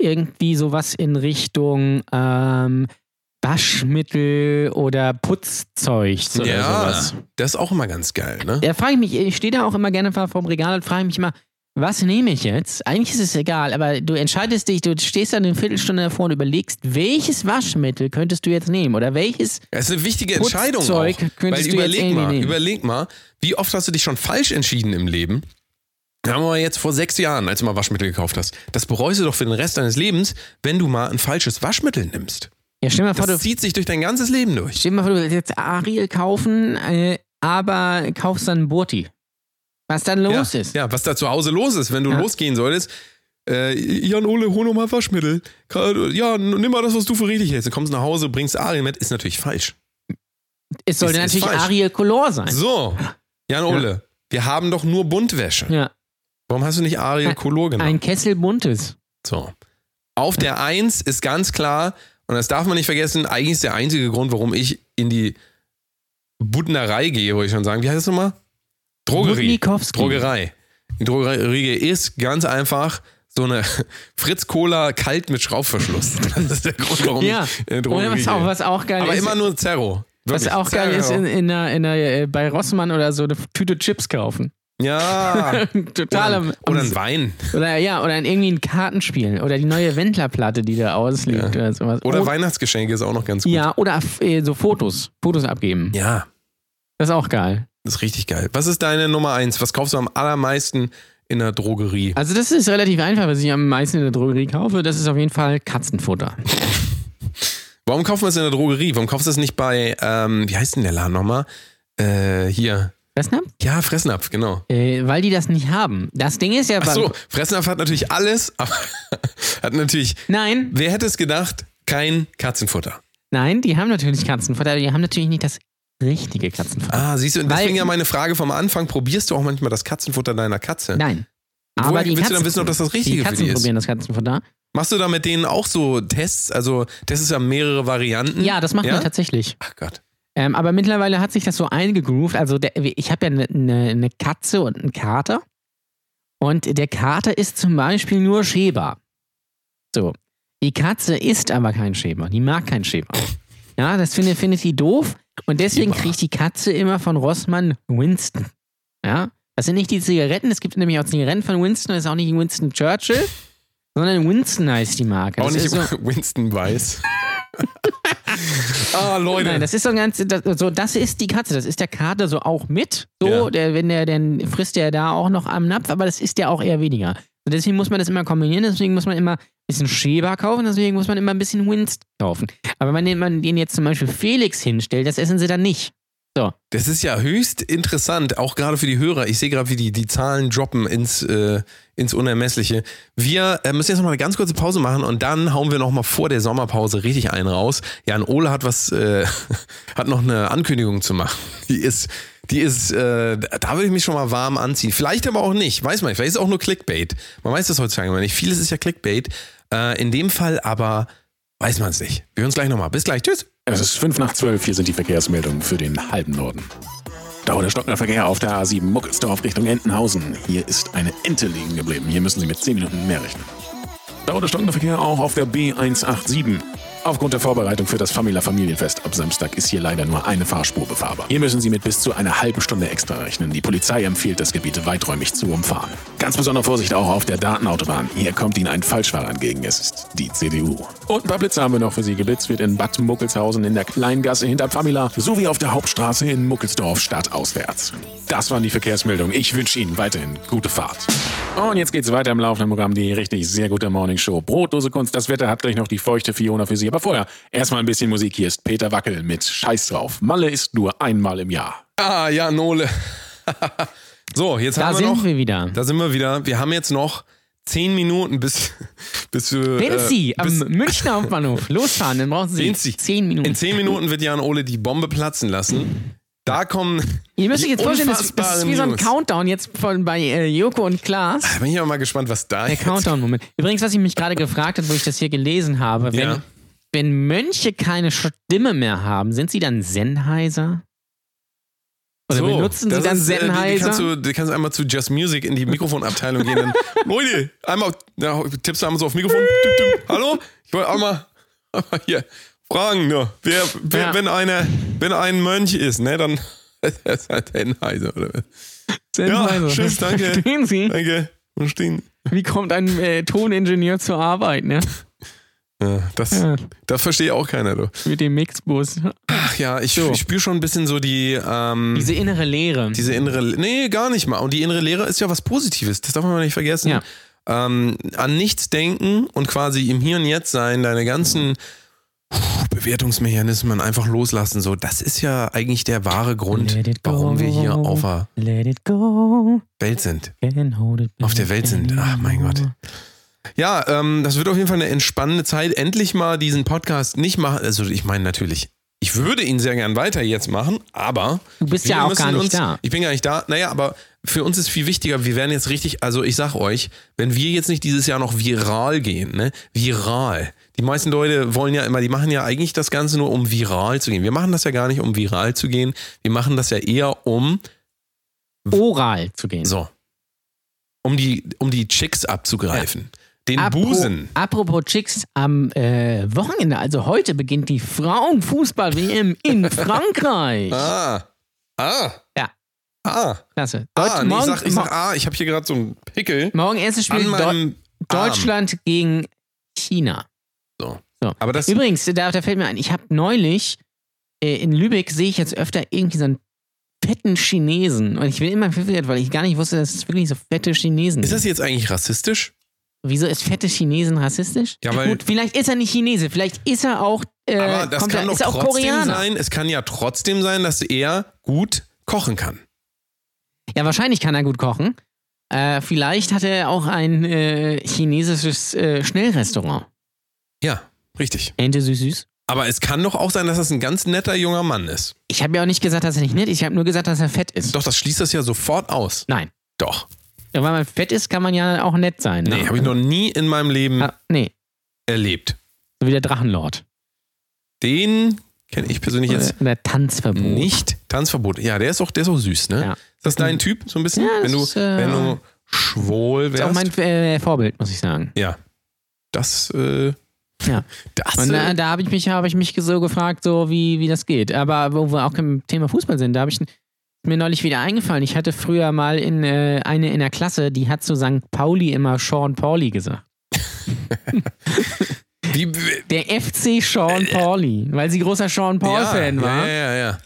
B: irgendwie sowas in Richtung ähm, Waschmittel oder Putzzeug oder
A: ja,
B: sowas.
A: das ist auch immer ganz geil, ne?
B: Da frage ich mich, ich stehe da auch immer gerne vor- vorm Regal und frage mich immer, was nehme ich jetzt? Eigentlich ist es egal, aber du entscheidest dich, du stehst dann eine Viertelstunde davor und überlegst, welches Waschmittel könntest du jetzt nehmen oder welches.
A: Es ist eine wichtige Entscheidung. Auch,
B: Putzzeug könntest
A: weil
B: du jetzt
A: überleg
B: irgendwie
A: mal,
B: nehmen.
A: überleg mal, wie oft hast du dich schon falsch entschieden im Leben? Da haben wir jetzt vor sechs Jahren, als du mal Waschmittel gekauft hast. Das bereust du doch für den Rest deines Lebens, wenn du mal ein falsches Waschmittel nimmst.
B: Ja, stell mal vor,
A: Das
B: du,
A: zieht sich durch dein ganzes Leben durch.
B: stell mal vor, du willst jetzt Ariel kaufen, äh, aber kaufst dann Burti. Was dann los
A: ja,
B: ist.
A: ja, was da zu Hause los ist, wenn du
B: Ja.
A: losgehen solltest. Äh, Jan Ole, hol noch mal Waschmittel. Ja, n- nimm mal das, was du für richtig hältst. Du kommst nach Hause, bringst Ariel mit, ist natürlich falsch.
B: es sollte
A: ist- ist
B: natürlich
A: falsch.
B: Ariel Color sein.
A: So, Jan Ole, wir haben doch nur Buntwäsche.
B: Ja,
A: Warum hast du nicht Ariel
B: Ein-
A: Color genommen?
B: ein Kessel buntes.
A: So. Auf der Eins ist ganz klar, und das darf man nicht vergessen, eigentlich ist der einzige Grund, warum ich in die Budnerei gehe, wollte ich schon sagen. Wie heißt das nochmal? Drogerie.
B: Budnikowski.
A: Drogerei. Die Drogerie ist ganz einfach so eine Fritz Cola kalt mit Schraubverschluss. Das ist der Grund, warum
B: Ja,
A: ich in die
B: und
A: Drogerie
B: was auch,
A: gehe.
B: was auch geil
A: Aber
B: ist.
A: immer nur Zerro.
B: was
A: Wirklich.
B: auch geil ist,
A: Zerro.
B: in, in der, in der, äh, bei Rossmann oder so eine Tüte Chips kaufen.
A: Ja.
B: Total am, am
A: Oder ein Wein.
B: Oder ja, oder ein, irgendwie ein Kartenspiel oder die neue Wendlerplatte, die da ausliegt oder sowas.
A: Oder
B: Oh,
A: Weihnachtsgeschenke ist auch noch ganz gut.
B: ja, oder f- äh, so Fotos, Fotos abgeben.
A: ja,
B: Das ist auch geil.
A: das ist richtig geil. Was ist deine Nummer eins? Was kaufst du am allermeisten in der Drogerie?
B: Also das ist relativ einfach, was ich am meisten in der Drogerie kaufe. Das ist auf jeden Fall Katzenfutter.
A: Warum kaufen wir es in der Drogerie? Warum kaufst du es nicht bei, ähm, wie heißt denn der Laden nochmal? Äh, hier.
B: Weißt du?
A: Ja, Fressnapf, genau.
B: Äh, weil die das nicht haben. Das Ding ist ja
A: Ach
B: beim-
A: so, Fressnapf hat natürlich alles, aber hat natürlich,
B: Nein,
A: wer hätte es gedacht, kein Katzenfutter.
B: nein, die haben natürlich Katzenfutter, aber die haben natürlich nicht das richtige Katzenfutter.
A: Ah, siehst du, und
B: Weil-
A: deswegen ja meine Frage vom Anfang, probierst du auch manchmal das Katzenfutter deiner Katze?
B: Nein. Aber
A: Woher
B: die
A: willst du
B: Katzen,
A: dann wissen, ob das das
B: die
A: Richtige für
B: Katzen
A: die ist?
B: probieren das Katzenfutter.
A: Machst du da mit denen auch so Tests? Also, das ist ja mehrere Varianten.
B: Ja, das machen
A: Hm? Ja?
B: wir tatsächlich.
A: Ach Gott.
B: Ähm, aber mittlerweile hat sich das so eingegroovt. Also der, ich habe ja eine ne, ne Katze und einen Kater. Und der Kater ist zum Beispiel nur Schäber. So. Die Katze ist aber kein Schäber. Die mag kein Schäber. Ja, das finde, findet die doof. Und deswegen
A: Schäber.
B: kriegt die Katze immer von Rossmann Winston. Ja. Das sind nicht die Zigaretten. Es gibt nämlich auch Zigaretten von Winston. Das ist auch nicht Winston Churchill, sondern Winston heißt die Marke.
A: Auch
B: Das
A: nicht
B: ist so,
A: Winston Weiß. ah, Leute.
B: Nein, das ist so ein ganz, das, so, das ist die Katze, das ist der Kater so auch mit. So,
A: Ja.
B: der, wenn der, dann frisst der da auch noch am Napf, aber das ist ja auch eher weniger. Und deswegen muss man das immer kombinieren, deswegen muss man immer ein bisschen Schäber kaufen, deswegen muss man immer ein bisschen Winst kaufen. Aber wenn den- man den jetzt zum Beispiel Felix hinstellt, das essen sie dann nicht.
A: Das ist ja höchst interessant, auch gerade für die Hörer. Ich sehe gerade, wie die, die Zahlen droppen ins, äh, ins Unermessliche. Wir äh, müssen jetzt nochmal eine ganz kurze Pause machen und dann hauen wir nochmal vor der Sommerpause richtig einen raus. Jan Ole hat was, äh, hat noch eine Ankündigung zu machen. Die ist, die ist, äh, da würde ich mich schon mal warm anziehen. Vielleicht aber auch nicht, weiß man nicht. Vielleicht ist es auch nur Clickbait. Man weiß das heutzutage immer nicht. Vieles ist ja Clickbait. Äh, in dem Fall aber weiß man es nicht. Wir hören uns gleich nochmal. Bis gleich. Tschüss.
F: Es ist fünf nach zwölf, hier sind die Verkehrsmeldungen für den halben Norden. Dauernder stockender Verkehr auf der A7 Muckelsdorf Richtung Entenhausen. Hier ist eine Ente liegen geblieben. Hier müssen Sie mit zehn Minuten mehr rechnen. Dauernder stockender Verkehr auch auf der B187. Aufgrund der Vorbereitung für das Famila Familienfest ab Samstag ist hier leider nur eine Fahrspur befahrbar. Hier müssen Sie mit bis zu einer halben Stunde extra rechnen. Die Polizei empfiehlt, das Gebiet weiträumig zu umfahren. Ganz besondere Vorsicht auch auf der Datenautobahn. Hier kommt Ihnen ein Falschfahrer entgegen. Es ist die CDU. Und ein paar Blitze haben wir noch für Sie. Geblitzt wird in Bad Muckelshausen in der Kleingasse hinter Famila sowie auf der Hauptstraße in Muckelsdorf stadtauswärts. Das waren die Verkehrsmeldungen. Ich wünsche Ihnen weiterhin gute Fahrt. Und jetzt geht's weiter im laufenden Programm. Die richtig sehr gute Morning Show. Brotlose Kunst. Das Wetter hat gleich noch die feuchte Fiona für Sie. Aber vorher erstmal ein bisschen Musik. Hier ist Peter Wackel mit Scheiß drauf. Malle ist nur einmal im Jahr.
A: Ah, ja, Nole. so, jetzt
B: Da
A: haben wir
B: sind
A: noch.
B: wir wieder.
A: Da sind wir wieder. Wir haben jetzt noch zehn Minuten bis, bis wir.
B: Wenn Sie Ähm, am
A: äh, bis,
B: Münchner Hauptbahnhof losfahren, dann brauchen Sie
A: Sehen Sie,
B: zehn Minuten.
A: in zehn Minuten wird Jan Ole die Bombe platzen lassen. Da kommen.
B: Ihr müsst
A: die
B: euch jetzt vorstellen, das, das ist wie so
A: unfassbaren
B: ein
A: News.
B: Countdown jetzt von bei äh, Joko und Klaas.
A: Da bin ich aber mal gespannt, was da
B: Der
A: jetzt.
B: Countdown-Moment. Übrigens, was ich mich gerade gefragt habe, wo ich das hier gelesen habe, wenn,
A: Ja.
B: wenn Mönche keine Stimme mehr haben, sind sie dann Sennheiser? Oder
A: So,
B: benutzen sie
A: das
B: dann
A: ist, äh, die, die,
B: Sennheiser?
A: kannst du, die kannst du einmal zu Just Music in die Mikrofonabteilung gehen. Dann, Leute, einmal ja, tippst du einmal so auf Mikrofon. Tüp, tüp. Hallo? Ich wollte auch mal aber hier fragen nur. Wer, wer,
B: Ja.
A: wenn, einer, wenn ein Mönch ist, ne, dann ist halt ein Heiser. Oder? was? Ja, tschüss, danke.
B: Verstehen Sie,
A: Danke. Und stehen.
B: wie kommt ein äh, Toningenieur zur Arbeit, ne?
A: Ja, das,
B: Ja.
A: das verstehe auch keiner, du.
B: Mit dem Mixbus.
A: Ach ja, ich, ich spüre schon ein bisschen so die. Ähm,
B: Diese innere Leere.
A: Diese innere, nee, gar nicht mal. Und die innere Lehre ist ja was Positives, das darf man mal nicht vergessen.
B: Ja.
A: Ähm, an nichts denken und quasi im Hier und Jetzt sein, deine ganzen puh, Bewertungsmechanismen einfach loslassen. So, das ist ja eigentlich der wahre Grund,
B: Let it go.
A: warum wir hier auf der
B: Let it go.
A: Welt sind.
B: Can't hold it
A: Auf der Welt sind. Ach, mein Gott.
B: anymore.
A: Ja, ähm, das wird auf jeden Fall eine entspannende Zeit. Endlich mal diesen Podcast nicht machen. Also, ich meine natürlich, ich würde ihn sehr gern weiter jetzt machen, aber.
B: Du bist
A: wir
B: ja auch
A: müssen
B: gar nicht
A: uns,
B: da.
A: Ich bin gar nicht da. Naja, aber für uns ist viel wichtiger, wir werden jetzt richtig, also ich sag euch, wenn wir jetzt nicht dieses Jahr noch viral gehen, ne? Viral. Die meisten Leute wollen ja immer, die machen ja eigentlich das Ganze nur, um viral zu gehen. Wir machen das ja gar nicht, um viral zu gehen. Wir machen das ja eher, um
B: Oral zu gehen.
A: so. Um die, um die Chicks abzugreifen. Den
B: Apro-
A: Busen.
B: Apropos Chicks, am äh, Wochenende, also heute, beginnt die Frauenfußball-WM in Frankreich.
A: Ah. Ah.
B: Ja.
A: Ah,
B: Klasse.
A: ah
B: Deut-
A: nee, ich
B: morgen,
A: sag, ich sag ah, ich habe hier gerade so einen Pickel
B: morgen erstes Spiel
A: an
B: Deu
A: meinem
B: Deutschland gegen China.
A: So.
B: so.
A: Arm. Aber das
B: Übrigens, da, da fällt mir ein, ich habe neulich äh, in Lübeck sehe ich jetzt öfter irgendwie so einen fetten Chinesen. Und ich bin immer verwirrt, weil ich gar nicht wusste, dass es wirklich so fette Chinesen
A: ist
B: gibt.
A: das jetzt eigentlich rassistisch?
B: Wieso ist fette Chinesen rassistisch?
A: Ja, weil-
B: Gut, vielleicht ist er nicht Chinese, vielleicht ist er auch, äh,
A: Aber das
B: kommt
A: kann
B: er,
A: doch
B: ist er auch
A: trotzdem
B: Koreaner.
A: sein. Es kann ja trotzdem sein, dass er gut kochen kann.
B: Ja, wahrscheinlich kann er gut kochen. Äh, vielleicht hat er auch ein äh, chinesisches äh, Schnellrestaurant.
A: Ja, richtig.
B: Ente süß süß.
A: Aber es kann doch auch sein, dass das ein ganz netter junger Mann ist.
B: Ich habe ja auch nicht gesagt, dass er nicht nett ist. Ich habe nur gesagt, dass er fett ist.
A: Doch, das schließt das ja sofort aus.
B: Nein.
A: Doch.
B: Ja, Weil man fett ist, kann man ja auch nett sein.
A: Nee,
B: ne?
A: habe ich noch nie in meinem Leben
B: Ah, nee,
A: erlebt.
B: so wie der Drachenlord.
A: Den kenne ich persönlich jetzt
B: Oder der Tanzverbot.
A: nicht. Tanzverbot. Ja, der ist auch, der ist auch süß, ne?
B: Ja.
A: Ist das dein Typ, so ein bisschen?
B: Ja, das
A: wenn, du,
B: ist, äh,
A: wenn du schwul
B: Das
A: wärst.
B: ist auch mein äh, Vorbild, muss ich sagen.
A: ja. Das, äh,
B: Ja.
A: das.
B: Und
A: äh,
B: äh, da habe ich mich, habe ich mich so gefragt, so wie, wie das geht. Aber wo wir auch im Thema Fußball sind, da habe ich ist mir neulich wieder eingefallen. Ich hatte früher mal in äh, eine in der Klasse, die hat zu St. Pauli immer Sean Pauli gesagt.
A: wie,
B: Der FC Sean Pauli, weil sie großer Sean Paul-Fan
A: Äh, ja,
B: war.
A: Ja, ja, ja.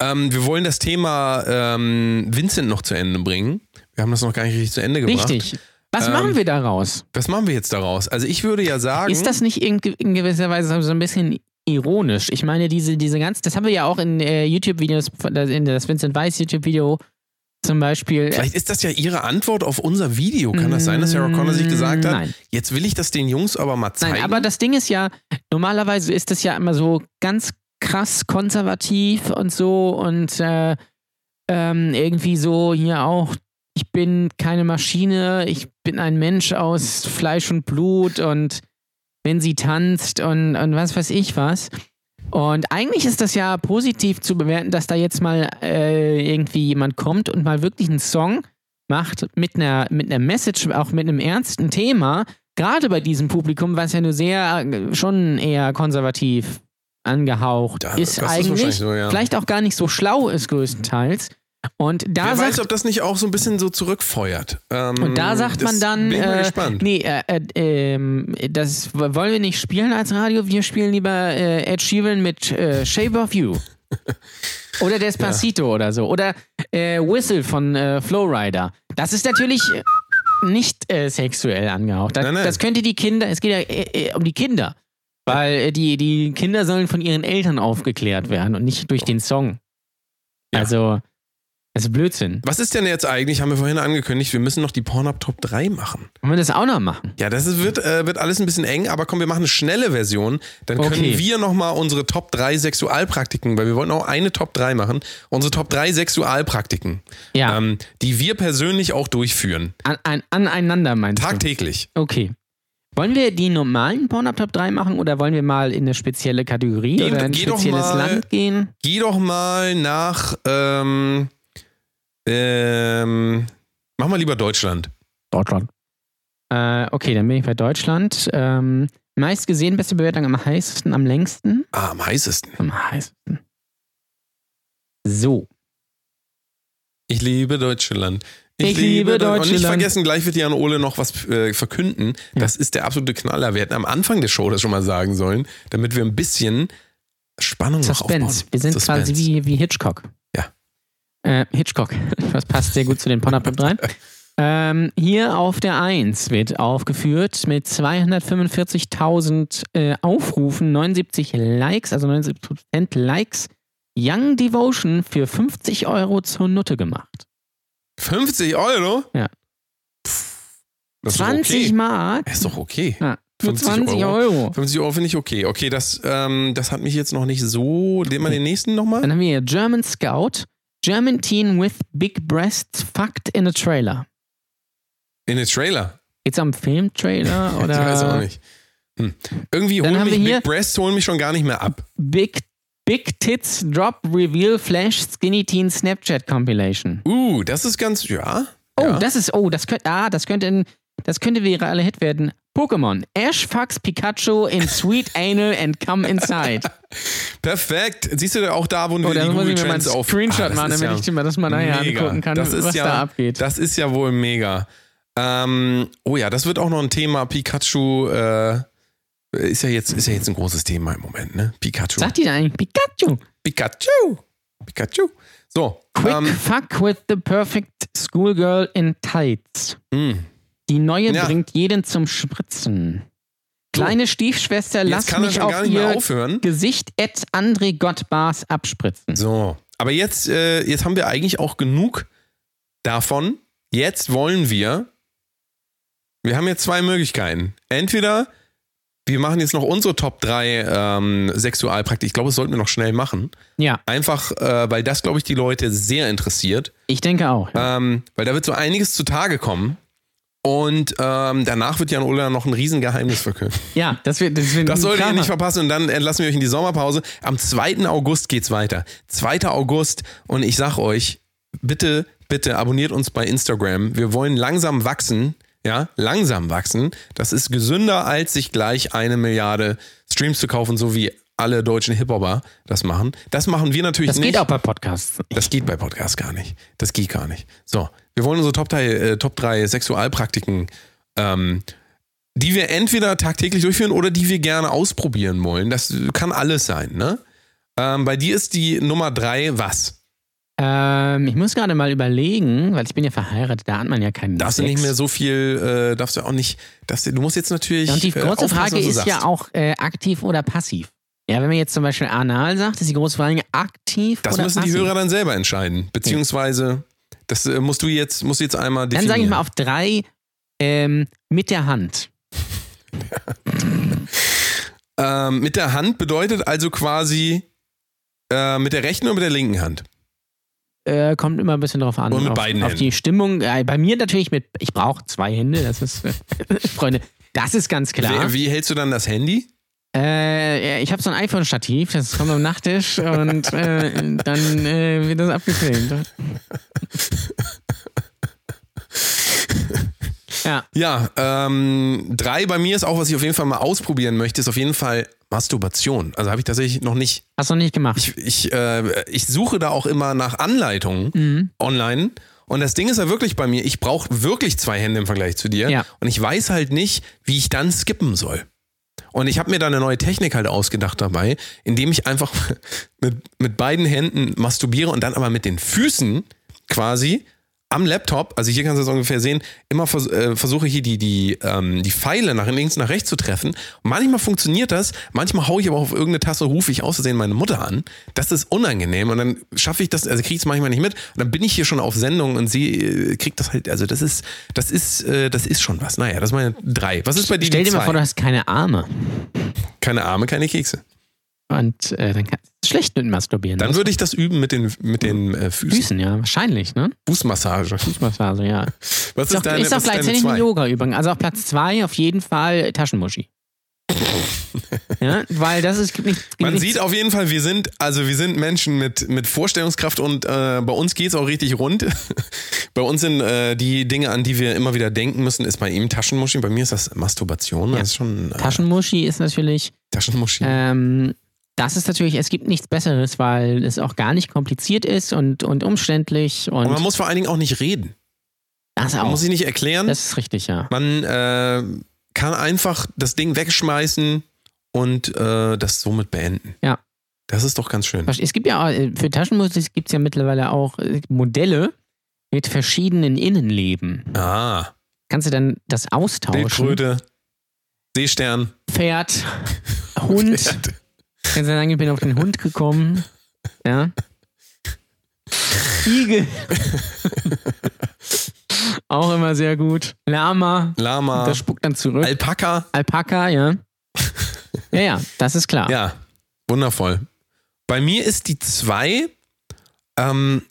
A: Ähm, wir wollen das Thema ähm, Vincent noch zu Ende bringen. Wir haben das noch gar nicht richtig zu Ende gebracht.
B: Richtig. Was
A: Ähm,
B: machen wir daraus?
A: Was machen wir jetzt daraus? Also ich würde ja sagen,
B: Ist das nicht in, ge- in gewisser Weise so ein bisschen ironisch? Ich meine, diese, diese ganze, das haben wir ja auch in äh, YouTube-Videos, von- das- in das Vincent Weiss YouTube-Video zum Beispiel.
A: vielleicht ist das ja ihre Antwort auf unser Video. Kann das sein, dass Sarah Connor sich gesagt hat,
B: Mm, äh, Nein.
A: jetzt will ich das den Jungs aber mal zeigen?
B: Nein, aber das Ding ist ja, normalerweise ist das ja immer so ganz krass konservativ und so und äh, ähm, irgendwie so hier auch, ich bin keine Maschine, ich bin ein Mensch aus Fleisch und Blut und wenn sie tanzt und, und was weiß ich was. Und eigentlich ist das ja positiv zu bewerten, dass da jetzt mal äh, irgendwie jemand kommt und mal wirklich einen Song macht mit einer, mit einer Message, auch mit einem ernsten Thema, gerade bei diesem Publikum, was ja nur sehr, äh, schon eher konservativ angehaucht
A: Da-
B: ist
A: das ist
B: eigentlich,
A: wahrscheinlich so, ja.
B: vielleicht auch gar nicht so schlau ist größtenteils. Und da
A: Wer
B: sagt
A: weiß, ob das nicht auch so ein bisschen so zurückfeuert. Ähm,
B: und da sagt
A: das
B: man dann,
A: Bin ich mal
B: äh,
A: gespannt.
B: nee, äh, äh, ähm, das w- wollen wir nicht spielen als Radio. Wir spielen lieber äh, Ed Sheeran mit äh, Shape of You oder Despacito oder so oder äh, Whistle von äh, Flowrider. Das ist natürlich äh, nicht äh, sexuell angehaucht. Das,
A: Nein, nein.
B: das könnte die Kinder. Es geht ja äh, äh, um die Kinder, weil äh, die die Kinder sollen von ihren Eltern aufgeklärt werden und nicht durch den Song.
A: Ja.
B: Also das ist Blödsinn.
A: Was ist denn jetzt eigentlich? Haben wir vorhin angekündigt, wir müssen noch die Pornhub Top 3 machen.
B: Wollen wir das auch noch machen?
A: Ja, das ist, wird, äh, wird alles ein bisschen eng, aber komm, wir machen eine schnelle Version. Dann können
B: Okay.
A: wir nochmal unsere Top 3 Sexualpraktiken, weil wir wollten auch eine Top 3 machen, unsere Top 3 Sexualpraktiken,
B: Ja.
A: ähm, die wir persönlich auch durchführen.
B: An, an, aneinander meinst
A: Tagtäglich.
B: du? Okay. Wollen wir die normalen Pornhub Top 3 machen oder wollen wir mal in eine spezielle Kategorie
A: Geh-
B: oder in ein
A: geh doch
B: spezielles
A: mal-
B: Land gehen?
A: Geh doch mal nach. Ähm, ähm, mach mal lieber Deutschland.
B: Deutschland. Äh, okay, dann bin ich bei Deutschland. Ähm, meist gesehen, beste Bewertung am heißesten, am längsten.
A: Ah, am heißesten.
B: Am heißesten. So.
A: Ich liebe Deutschland.
B: Ich liebe
A: Deu- Und nicht
B: Deutschland.
A: vergessen, gleich wird Jan Ole noch was äh, verkünden. Das ist der absolute Knaller. Wir hätten am Anfang der Show das schon mal sagen sollen, damit wir ein bisschen Spannung noch
B: Suspense.
A: aufbauen.
B: Wir sind
A: Suspense.
B: quasi wie, wie Hitchcock.
A: Ja.
B: Äh, Hitchcock. Das passt sehr gut zu den Pornhub rein. Ähm, hier auf der 1 wird aufgeführt mit 245.000 äh, Aufrufen, 79 Likes, also 79% Likes. Young Devotion für 50 Euro zur Nutte gemacht.
A: 50 Euro?
B: Ja.
A: Pff, Das ist doch
B: 20
A: okay.
B: Mark.
A: Das Ist doch okay.
B: Ja, nur
A: 50
B: 20 Euro.
A: 50 Euro finde ich okay. Okay, das, ähm, das hat mich jetzt noch nicht so. Nehmen wir den nächsten nochmal?
B: Dann haben wir hier German Scout. German Teen with Big Breasts fucked in a trailer.
A: In den Trailer.
B: Geht's am Filmtrailer oder?
A: ich weiß auch nicht. Hm. Irgendwie
B: Dann
A: holen
B: haben
A: mich
B: wir hier-
A: Big Breasts holen mich schon gar nicht mehr ab.
B: Big, Big Tits Drop Reveal Flash Skinny Teen Snapchat Compilation.
A: Uh, das ist ganz. Ja.
B: Oh,
A: ja.
B: das ist, oh, das könnte, ah, das könnte, ein- das könnte virale Hit werden. Pokémon. Ash fucks Pikachu in Sweet Anal and Come Inside.
A: Perfekt. Siehst du auch da, wo wir
B: Oder
A: die
B: so Oh, muss
A: Google
B: ich mir mal einen
A: Trends auf. Ah,
B: Screenshot
A: das
B: machen,
A: ist
B: damit ich mir das mal nachher
A: mega.
B: angucken kann,
A: das ist
B: was
A: ja,
B: da abgeht.
A: Das ist ja wohl mega. Ähm, oh ja, das wird auch noch ein Thema. Pikachu äh, ist ja jetzt ist ja jetzt ein großes Thema im Moment, ne? Pikachu.
B: Sagt die da eigentlich Pikachu?
A: Pikachu. Pikachu. So.
B: Quick
A: ähm,
B: fuck with the perfect schoolgirl in tights.
A: mh.
B: Die neue
A: Hm. Ja. Oh.
B: bringt jeden zum Spritzen. Kleine Stiefschwester,
A: Jetzt
B: lass
A: kann er
B: mich
A: schon
B: auf
A: gar nicht
B: ihr
A: mehr aufhören.
B: Gesicht et André Gottbars abspritzen.
A: So. Aber jetzt, äh, jetzt haben wir eigentlich auch genug davon. Jetzt wollen wir. Wir haben jetzt zwei Möglichkeiten. Entweder wir machen jetzt noch unsere Top 3 ähm, Sexualpraktik. Ich glaube, das sollten wir noch schnell machen.
B: Ja,
A: Einfach, äh, weil das, glaube ich, die Leute sehr interessiert.
B: ich denke auch.
A: Ähm, weil da wird so einiges zutage kommen. Und ähm, danach wird Jan Ulla noch ein Riesengeheimnis verkünden.
B: Ja, das wird. Das, wird
A: Das solltet ihr
B: Kramer.
A: nicht verpassen und dann entlassen wir euch in die Sommerpause. Am 2. August geht's weiter. 2. August und ich sag euch, bitte, bitte abonniert uns bei Instagram. Wir wollen langsam wachsen. Ja, langsam wachsen. Das ist gesünder, als sich gleich eine Milliarde Streams zu kaufen, so wie alle deutschen Hip-Hopper das machen. Das machen wir natürlich
B: Das
A: nicht.
B: geht auch bei Podcasts.
A: Das geht bei Podcasts gar nicht. Das geht gar nicht. So, wir wollen unsere Top 3, äh, Top 3 Sexualpraktiken, ähm, die wir entweder tagtäglich durchführen oder die wir gerne ausprobieren wollen. Das kann alles sein, ne? Ähm, bei dir ist die Nummer 3 was?
B: Ähm, ich muss gerade mal überlegen, weil ich bin ja verheiratet, da hat man ja keinen
A: Darfst du
B: Sex.
A: nicht mehr so viel, äh, darfst du auch nicht, darfst du, du musst jetzt natürlich.
B: Ja, und die
A: äh,
B: große
A: aufpassen,
B: Frage
A: was du
B: ist ja
A: sagst.
B: auch äh, aktiv oder passiv. Ja, wenn man jetzt zum Beispiel anal sagt, ist die große Frage aktiv
A: Das
B: oder
A: müssen
B: passiv.
A: die Hörer dann selber entscheiden. Beziehungsweise, das äh, musst du jetzt, musst du jetzt einmal
B: Dann
A: definieren.
B: sage ich mal auf drei ähm, mit der Hand.
A: Ähm, mit der Hand bedeutet also quasi äh, mit der rechten oder mit der linken Hand.
B: Äh, kommt immer ein bisschen drauf an.
A: Und mit
B: auf,
A: beiden
B: auf
A: Händen.
B: die Stimmung. Äh, bei mir natürlich mit, ich brauche zwei Hände, das ist, Freunde, das ist ganz klar.
A: Wie, wie hältst du dann das Handy?
B: Äh, ich habe so ein iPhone-Stativ, das kommt am Nachttisch und äh, dann äh, wird das abgefilmt. ja,
A: Ja, ähm, drei bei mir ist auch, was ich auf jeden Fall mal ausprobieren möchte, ist auf jeden Fall Masturbation. Also habe ich tatsächlich noch nicht.
B: hast du noch nicht gemacht.
A: Ich, ich, äh, ich suche da auch immer nach Anleitungen online. Und das Ding ist ja wirklich bei mir, ich brauche wirklich zwei Hände im Vergleich zu dir.
B: Ja.
A: Und ich weiß halt nicht, wie ich dann skippen soll. Und ich habe mir da eine neue Technik halt ausgedacht dabei, indem ich einfach mit, mit beiden Händen masturbiere und dann aber mit den Füßen quasi am Laptop, also hier kannst du es ungefähr sehen, immer vers äh, versuche hier die, die, ähm, die Pfeile nach links, nach rechts zu treffen. Manchmal funktioniert das, manchmal haue ich aber auf irgendeine Tasse, rufe ich aus Versehen meine Mutter an. Das ist unangenehm und dann schaffe ich das, also kriege ich es manchmal nicht mit. Und dann bin ich hier schon auf Sendung und sie äh, kriegt das halt, also das ist, das ist, äh, das ist schon was. Naja, das ist meine drei. Was ist bei dir
B: Stell
A: die
B: dir mal
A: zwei?
B: vor, du hast keine Arme.
A: keine Arme, keine Kekse.
B: Und äh, dann kannst du schlecht mit masturbieren.
A: Dann
B: Das-
A: würde ich das üben mit den, mit den äh, Füßen.
B: Füßen, ja, wahrscheinlich, ne?
A: Fußmassage.
B: Fußmassage, ja.
A: Was
B: Ist auch,
A: ist deine,
B: ist auch
A: was ist deine
B: gleichzeitig eine
A: zwei?
B: Yoga-Übung. Also auf Platz zwei auf jeden Fall Taschenmuschi. ja, weil das ist, gibt nicht. gibt
A: Man
B: nichts-
A: sieht auf jeden Fall, wir sind, also wir sind Menschen mit, mit Vorstellungskraft und äh, bei uns geht es auch richtig rund. bei uns sind äh, die Dinge, an die wir immer wieder denken müssen, ist bei ihm Taschenmuschi. Bei mir ist das Masturbation. Das ist schon äh,
B: Taschenmuschi ist natürlich,
A: Taschenmuschi.
B: ähm, das ist natürlich, es gibt nichts Besseres, weil es auch gar nicht kompliziert ist und, und umständlich und,
A: und man muss vor allen Dingen auch nicht reden.
B: das
A: Man
B: auch.
A: muss sich nicht erklären.
B: das ist richtig, ja.
A: man äh, kann einfach das Ding wegschmeißen und äh, das somit beenden.
B: Ja.
A: Das ist doch ganz schön.
B: Es gibt ja auch, äh, für Taschenmuschi gibt es ja mittlerweile auch äh, Modelle mit verschiedenen Innenleben.
A: Ah,
B: Kannst du dann das austauschen?
A: Bildkröte, Seestern.
B: Pferd, Hund. Kannst du sagen, ich bin auf den Hund gekommen. Ja. Igel. Auch immer sehr gut. Lama.
A: Lama,
B: Das spuckt dann zurück.
A: Alpaka.
B: Alpaka, ja. Ja, ja, das ist klar.
A: Ja, wundervoll. Bei mir ist die 2, ähm,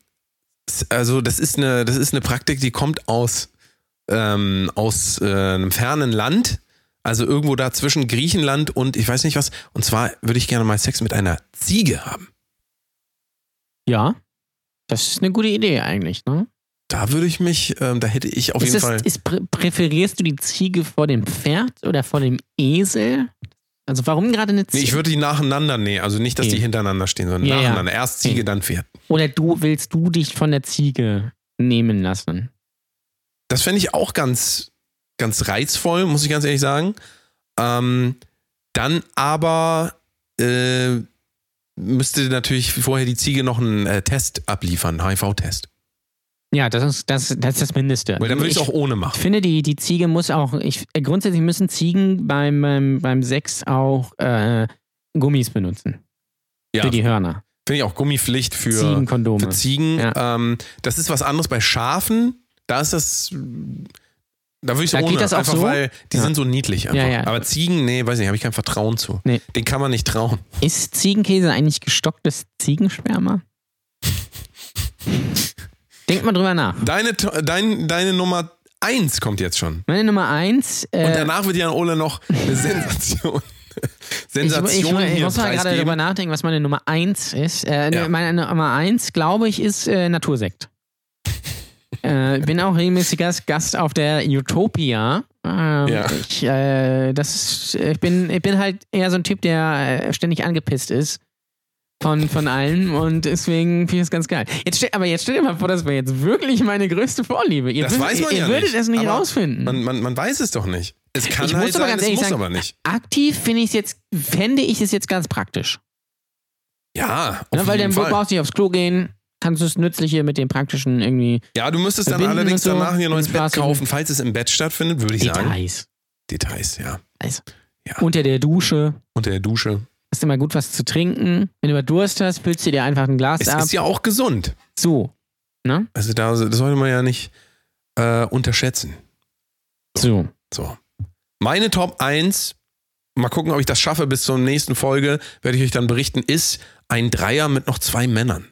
A: s- also das ist eine, das ist eine Praktik, die kommt aus, ähm, aus äh, einem fernen Land, also irgendwo da zwischen Griechenland und ich weiß nicht was. Und zwar würde ich gerne mal Sex mit einer Ziege haben.
B: Ja. Das ist eine gute Idee eigentlich, ne?
A: Da würde ich mich, ähm, da hätte ich auf
B: Ist
A: jeden
B: das,
A: Fall.
B: ist, prä- präferierst du die Ziege vor dem Pferd oder vor dem Esel? Also warum gerade eine
A: Nee,
B: Ziege?
A: ich würde die nacheinander, nee, also nicht, dass
B: Nee.
A: die hintereinander stehen, sondern
B: Ja, Mhm. ja.
A: nacheinander. Erst Ziege,
B: Nee.
A: dann Pferd.
B: oder du willst du dich von der Ziege nehmen lassen?
A: Das fände ich auch ganz, ganz reizvoll, muss ich ganz ehrlich sagen. Ähm, dann aber äh, müsste natürlich vorher die Ziege noch einen äh, Test abliefern, HIV-Test.
B: Ja, das ist das, das, ist das Mindeste.
A: Weil dann würde ich es
B: Ich-
A: auch ohne
B: Ich
A: machen.
B: finde, die, die Ziege muss auch, ich, äh, grundsätzlich müssen Ziegen beim, beim, beim Sex auch äh, Gummis benutzen.
A: Ja.
B: Für die Hörner.
A: Finde ich auch Gummipflicht für
B: Ziegenkondome.
A: Für Ziegen.
B: Ja.
A: Ähm, das ist was anderes bei Schafen. Da ist das. Da würde ich
B: Da
A: ohne,
B: geht das auch
A: einfach
B: so?
A: weil die
B: Ja.
A: sind so niedlich einfach.
B: Ja, ja.
A: Aber Ziegen, nee, weiß nicht, habe ich kein Vertrauen zu.
B: Nee.
A: Den kann man nicht trauen.
B: Ist Ziegenkäse eigentlich gestocktes Ziegenschwärmer? Denkt mal drüber nach.
A: Deine, To- dein, deine Nummer eins kommt jetzt schon.
B: Meine Nummer eins. Äh,
A: Und danach wird Jan Ole noch eine Sensation.
B: ich, ich,
A: Sensation
B: ich, ich
A: hier
B: muss mal gerade darüber
A: preisgeben.
B: nachdenken, was meine Nummer eins ist. Äh,
A: Ja.
B: Meine Nummer eins, glaube ich, ist äh, Natursekt. äh, bin auch regelmäßiger Gast auf der Utopia. Ähm,
A: Ja.
B: ich, äh, das ist, ich, bin, ich bin halt eher so ein Typ, der äh, ständig angepisst ist. Von, von allem und deswegen finde ich es ganz geil. Jetzt stell, aber jetzt stell dir mal vor, das wäre jetzt wirklich meine größte Vorliebe. Ihr,
A: Das
B: würdet-
A: weiß man
B: ihr
A: ja
B: würdet
A: nicht.
B: es nicht
A: Aber
B: rausfinden.
A: Man, man, man weiß es doch nicht. Es kann
B: Ich
A: halt
B: muss aber
A: sein,
B: ganz
A: es
B: ehrlich
A: muss
B: sagen,
A: aber nicht.
B: Aktiv finde ich es jetzt, fände ich es jetzt ganz praktisch.
A: Ja, auf
B: Ne, weil
A: jeden
B: dann
A: Fall.
B: brauchst du nicht aufs Klo gehen, kannst du das Nützliche mit dem Praktischen irgendwie.
A: Ja, du müsstest dann
B: verbinden
A: allerdings
B: und so,
A: danach hier ein neues
B: mit
A: Bett
B: Spaß-
A: kaufen, falls es im Bett stattfindet, würde ich sagen.
B: Details.
A: Details, ja.
B: Also,
A: Ja.
B: Unter der Dusche
A: Unter der Dusche.
B: hast du mal gut was zu trinken. Wenn du mal Durst hast, füllst du dir einfach ein Glas
A: Es
B: ab.
A: ist ja auch gesund.
B: so. Ne?
A: Also da, das sollte man ja nicht äh, unterschätzen.
B: So.
A: So. Meine Top 1, mal gucken, ob ich das schaffe bis zur nächsten Folge, werde ich euch dann berichten, ist ein Dreier mit noch zwei Männern.
B: Äh.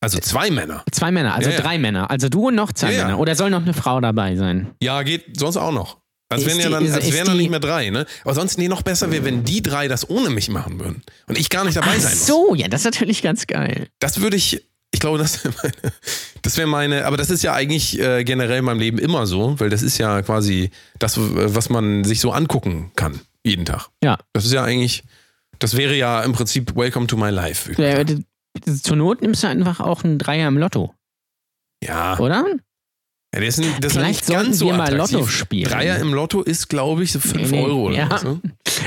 A: Also zwei Männer.
B: Zwei Männer, also
A: Ja, ja.
B: drei Männer. Also du und noch zwei
A: Ja, ja.
B: Männer. Oder soll noch eine Frau dabei sein?
A: Ja, geht sonst auch noch. Als
B: Ist
A: wären ja
B: die-
A: dann,
B: ist-
A: als
B: ist
A: wären dann
B: die-
A: nicht mehr drei, ne? Aber sonst, nee, noch besser wäre, wenn die drei das ohne mich machen würden. Und ich gar nicht dabei
B: Ach
A: sein muss.
B: so, ja, das ist natürlich ganz geil.
A: Das würde ich, ich glaube, das wäre meine, das wäre meine, aber das ist ja eigentlich äh, generell in meinem Leben immer so, weil das ist ja quasi das, äh, was man sich so angucken kann, jeden Tag.
B: Ja.
A: Das ist ja eigentlich, das wäre ja im Prinzip Welcome to my life.
B: Äh, d- Zur Not nimmst du einfach auch einen Dreier im Lotto,
A: Ja, ja
B: oder?
A: das ist, nicht- das ist
B: Vielleicht
A: nicht ganz
B: sollten
A: so
B: wir mal
A: attraktiv.
B: Lotto spielen.
A: Dreier im Lotto ist, glaube ich, so 5
B: Nee, nee,
A: Euro oder
B: ja.
A: was. Ne?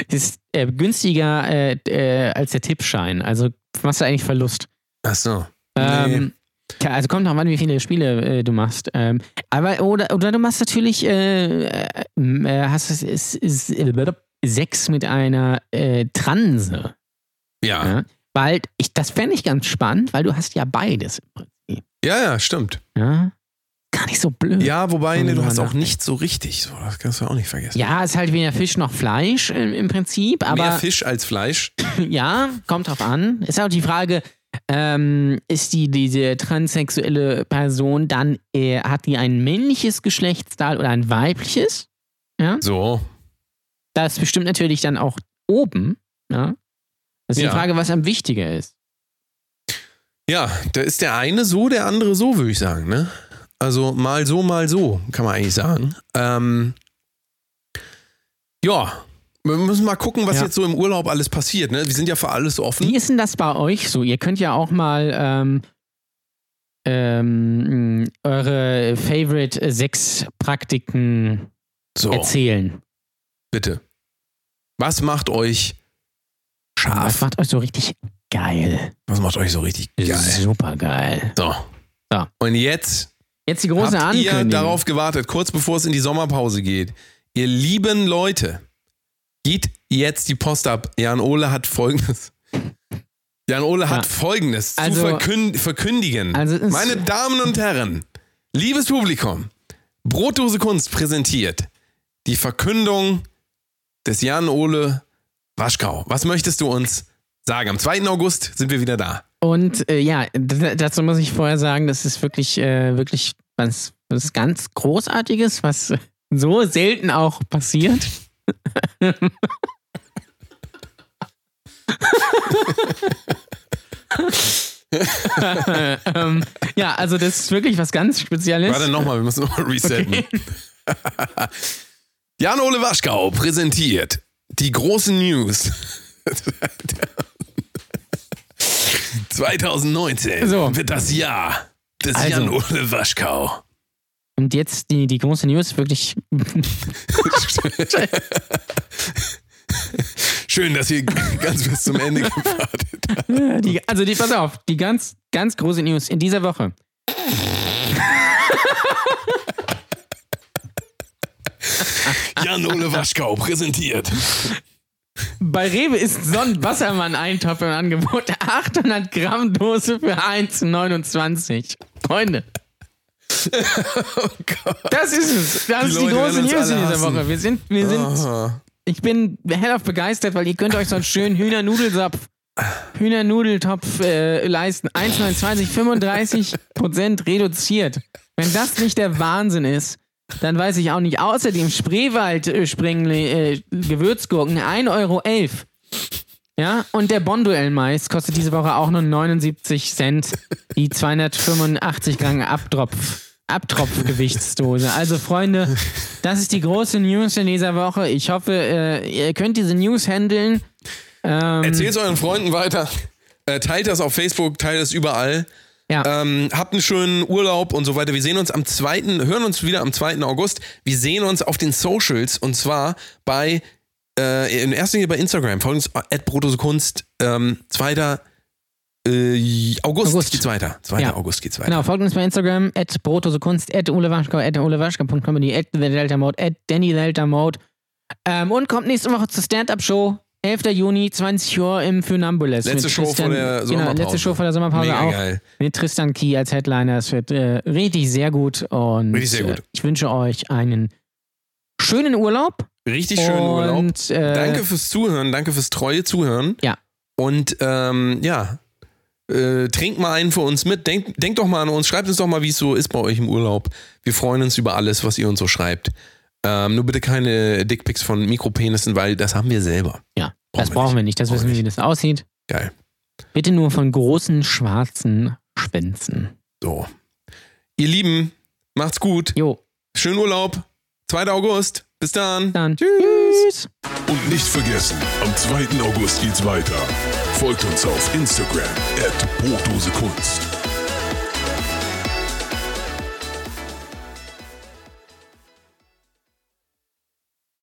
B: Ist äh, günstiger äh, d- äh, als der Tippschein. Also machst du eigentlich Verlust.
A: Ach so.
B: Ähm, tja, also kommt drauf an, wie viele Spiele äh, du machst. Ähm, aber oder, oder du machst natürlich äh, äh, äh, hast es ist, ist, äh, Sex mit einer äh, Transe.
A: Ja. ja.
B: Ja? Weil ich, das fände ich ganz spannend, weil du hast ja beides im Prinzip.
A: Ja, stimmt.
B: Ja? Gar nicht so blöd.
A: Ja, wobei,
B: Muss
A: nee,
B: ich
A: du
B: mal
A: hast auch
B: nachdenken.
A: nicht so richtig. So, das kannst du auch nicht vergessen.
B: Ja, ist halt weder Fisch noch Fleisch äh, im Prinzip,
A: Mehr
B: aber
A: Fisch als Fleisch.
B: ja, kommt drauf an. Ist auch die Frage, ähm, ist die diese transsexuelle Person dann, äh, hat die ein männliches Geschlechtsteil oder ein weibliches?
A: So.
B: Das bestimmt natürlich dann auch oben. Ja? Das ist
A: Ja.
B: die Frage, was am wichtiger ist.
A: Ja, da ist der eine so, der andere so, würde ich sagen, ne? Also mal so, mal so, kann man eigentlich sagen. Ähm, ja, wir müssen mal gucken, was
B: Ja.
A: jetzt so im Urlaub alles passiert, ne? Wir sind ja für alles offen.
B: Wie ist denn das bei euch so? Ihr könnt ja auch mal ähm, ähm, mh, eure favorite äh, Sexpraktiken
A: So,
B: erzählen.
A: bitte. Was macht euch
B: Was
A: scharf?
B: macht euch so richtig geil?
A: Was macht euch so richtig geil?
B: Super geil.
A: So.
B: So.
A: Und jetzt
B: Jetzt die große
A: Habt ihr
B: Ankündigung.
A: darauf gewartet, kurz bevor es in die Sommerpause geht? Ihr lieben Leute, geht jetzt die Post ab. Jan Ole hat folgendes. Jan Ole hat
B: Ja.
A: folgendes
B: Also-
A: zu verkünd verkündigen.
B: Also es ist-
A: Meine Damen und Herren, liebes Publikum, Brotdose Kunst präsentiert die Verkündung des Jan Ole Waschkau. Was möchtest du uns sagen? Am 2. August sind wir wieder da.
B: Und äh, ja, d- dazu muss ich vorher sagen, das ist wirklich, äh, wirklich was, was ganz Großartiges, was äh, so selten auch passiert. ähm, ja, also das ist wirklich was ganz Spezielles.
A: Warte nochmal, wir müssen nochmal resetten. Jan-Ole Waschkau präsentiert die großen News 2019
B: So.
A: wird das Jahr des
B: Also.
A: Jan-Ole Waschkau.
B: Und jetzt die, die große News, wirklich
A: Schön, dass ihr ganz bis zum Ende gewartet habt.
B: Die, also die, pass auf, die ganz, ganz große News in dieser Woche.
A: Jan-Ole Waschkau präsentiert.
B: Bei Rewe ist Sonnenwassermann-Eintopf im Angebot. 800 Gramm Dose für 1,29. Freunde. Das ist es. Das
A: Die
B: ist die
A: Leute
B: große
A: werden uns
B: News in
A: alle
B: dieser
A: hassen. Ah.
B: Woche. Wir sind, wir sind,
A: Aha.
B: ich bin hellauf begeistert, weil ihr könnt euch so einen schönen Hühnernudelsaft, Hühnernudeltopf äh, leisten. 1,29, 35 Prozent reduziert. Wenn das nicht der Wahnsinn ist, dann weiß ich auch nicht. Außerdem Spreewald äh, Sprengli, äh, Gewürzgurken 1,11 Euro. Ja, und der Bonduell-Mais kostet diese Woche auch nur 79 Cent die 285 Gramm Abtropf. Abtropfgewichtsdose. Also Freunde, das ist die große News in dieser Woche. Ich hoffe, äh, ihr könnt diese News handeln. Ähm,
A: Erzählt es euren Freunden weiter. Äh, teilt das auf Facebook, teilt es überall.
B: ja.
A: Ähm, habt einen schönen Urlaub und so weiter. Wir sehen uns am 2., hören uns wieder am 2. August. Wir sehen uns auf den Socials und zwar bei, äh, in erster Linie bei Instagram. Folgt uns at Brotose-Kunst. Ähm, 2. Äh, August,
B: August.
A: geht's weiter. 2.
B: Ja.
A: August geht's weiter.
B: Genau, folgt uns bei Instagram, at brotosekunst, at ulewaschka, at ulewaschka.comedy, at the Delta Mode, at Danny Delta Mode. Ähm, und kommt nächste Woche zur Stand-Up-Show, 11. Juni, 20 Uhr im Funambules.
A: Letzte Show vor der
B: Genau,
A: Sommerpause.
B: letzte Show vor der Sommerpause
A: Mega
B: auch.
A: geil.
B: Mit Tristan Key als Headliner. Es wird äh, richtig sehr gut. Und
A: Richtig sehr gut.
B: Äh, ich wünsche euch einen schönen Urlaub.
A: Richtig schönen Urlaub.
B: und, Äh,
A: Danke fürs Zuhören, danke fürs treue Zuhören.
B: Ja.
A: Und ähm, ja, äh, trinkt mal einen für uns mit. Denkt denkt doch mal an uns, schreibt uns doch mal, wie es so ist bei euch im Urlaub. Wir freuen uns über alles, was ihr uns so schreibt. Ähm, nur bitte keine Dickpics von Mikropenissen, weil das haben wir selber.
B: Ja,
A: Brauchen
B: das
A: wir
B: brauchen
A: nicht.
B: wir nicht. Das
A: Brauchen
B: wissen
A: wir
B: wir, wie das aussieht.
A: Geil.
B: Bitte nur von großen schwarzen Schwänzen.
A: So. Ihr Lieben, macht's gut.
B: Jo,
A: Schönen Urlaub. 2. August. Bis dann.
B: dann. Tschüss.
C: Und nicht vergessen, am 2. August geht's weiter. Folgt uns auf Instagram at Brotdose Kunst.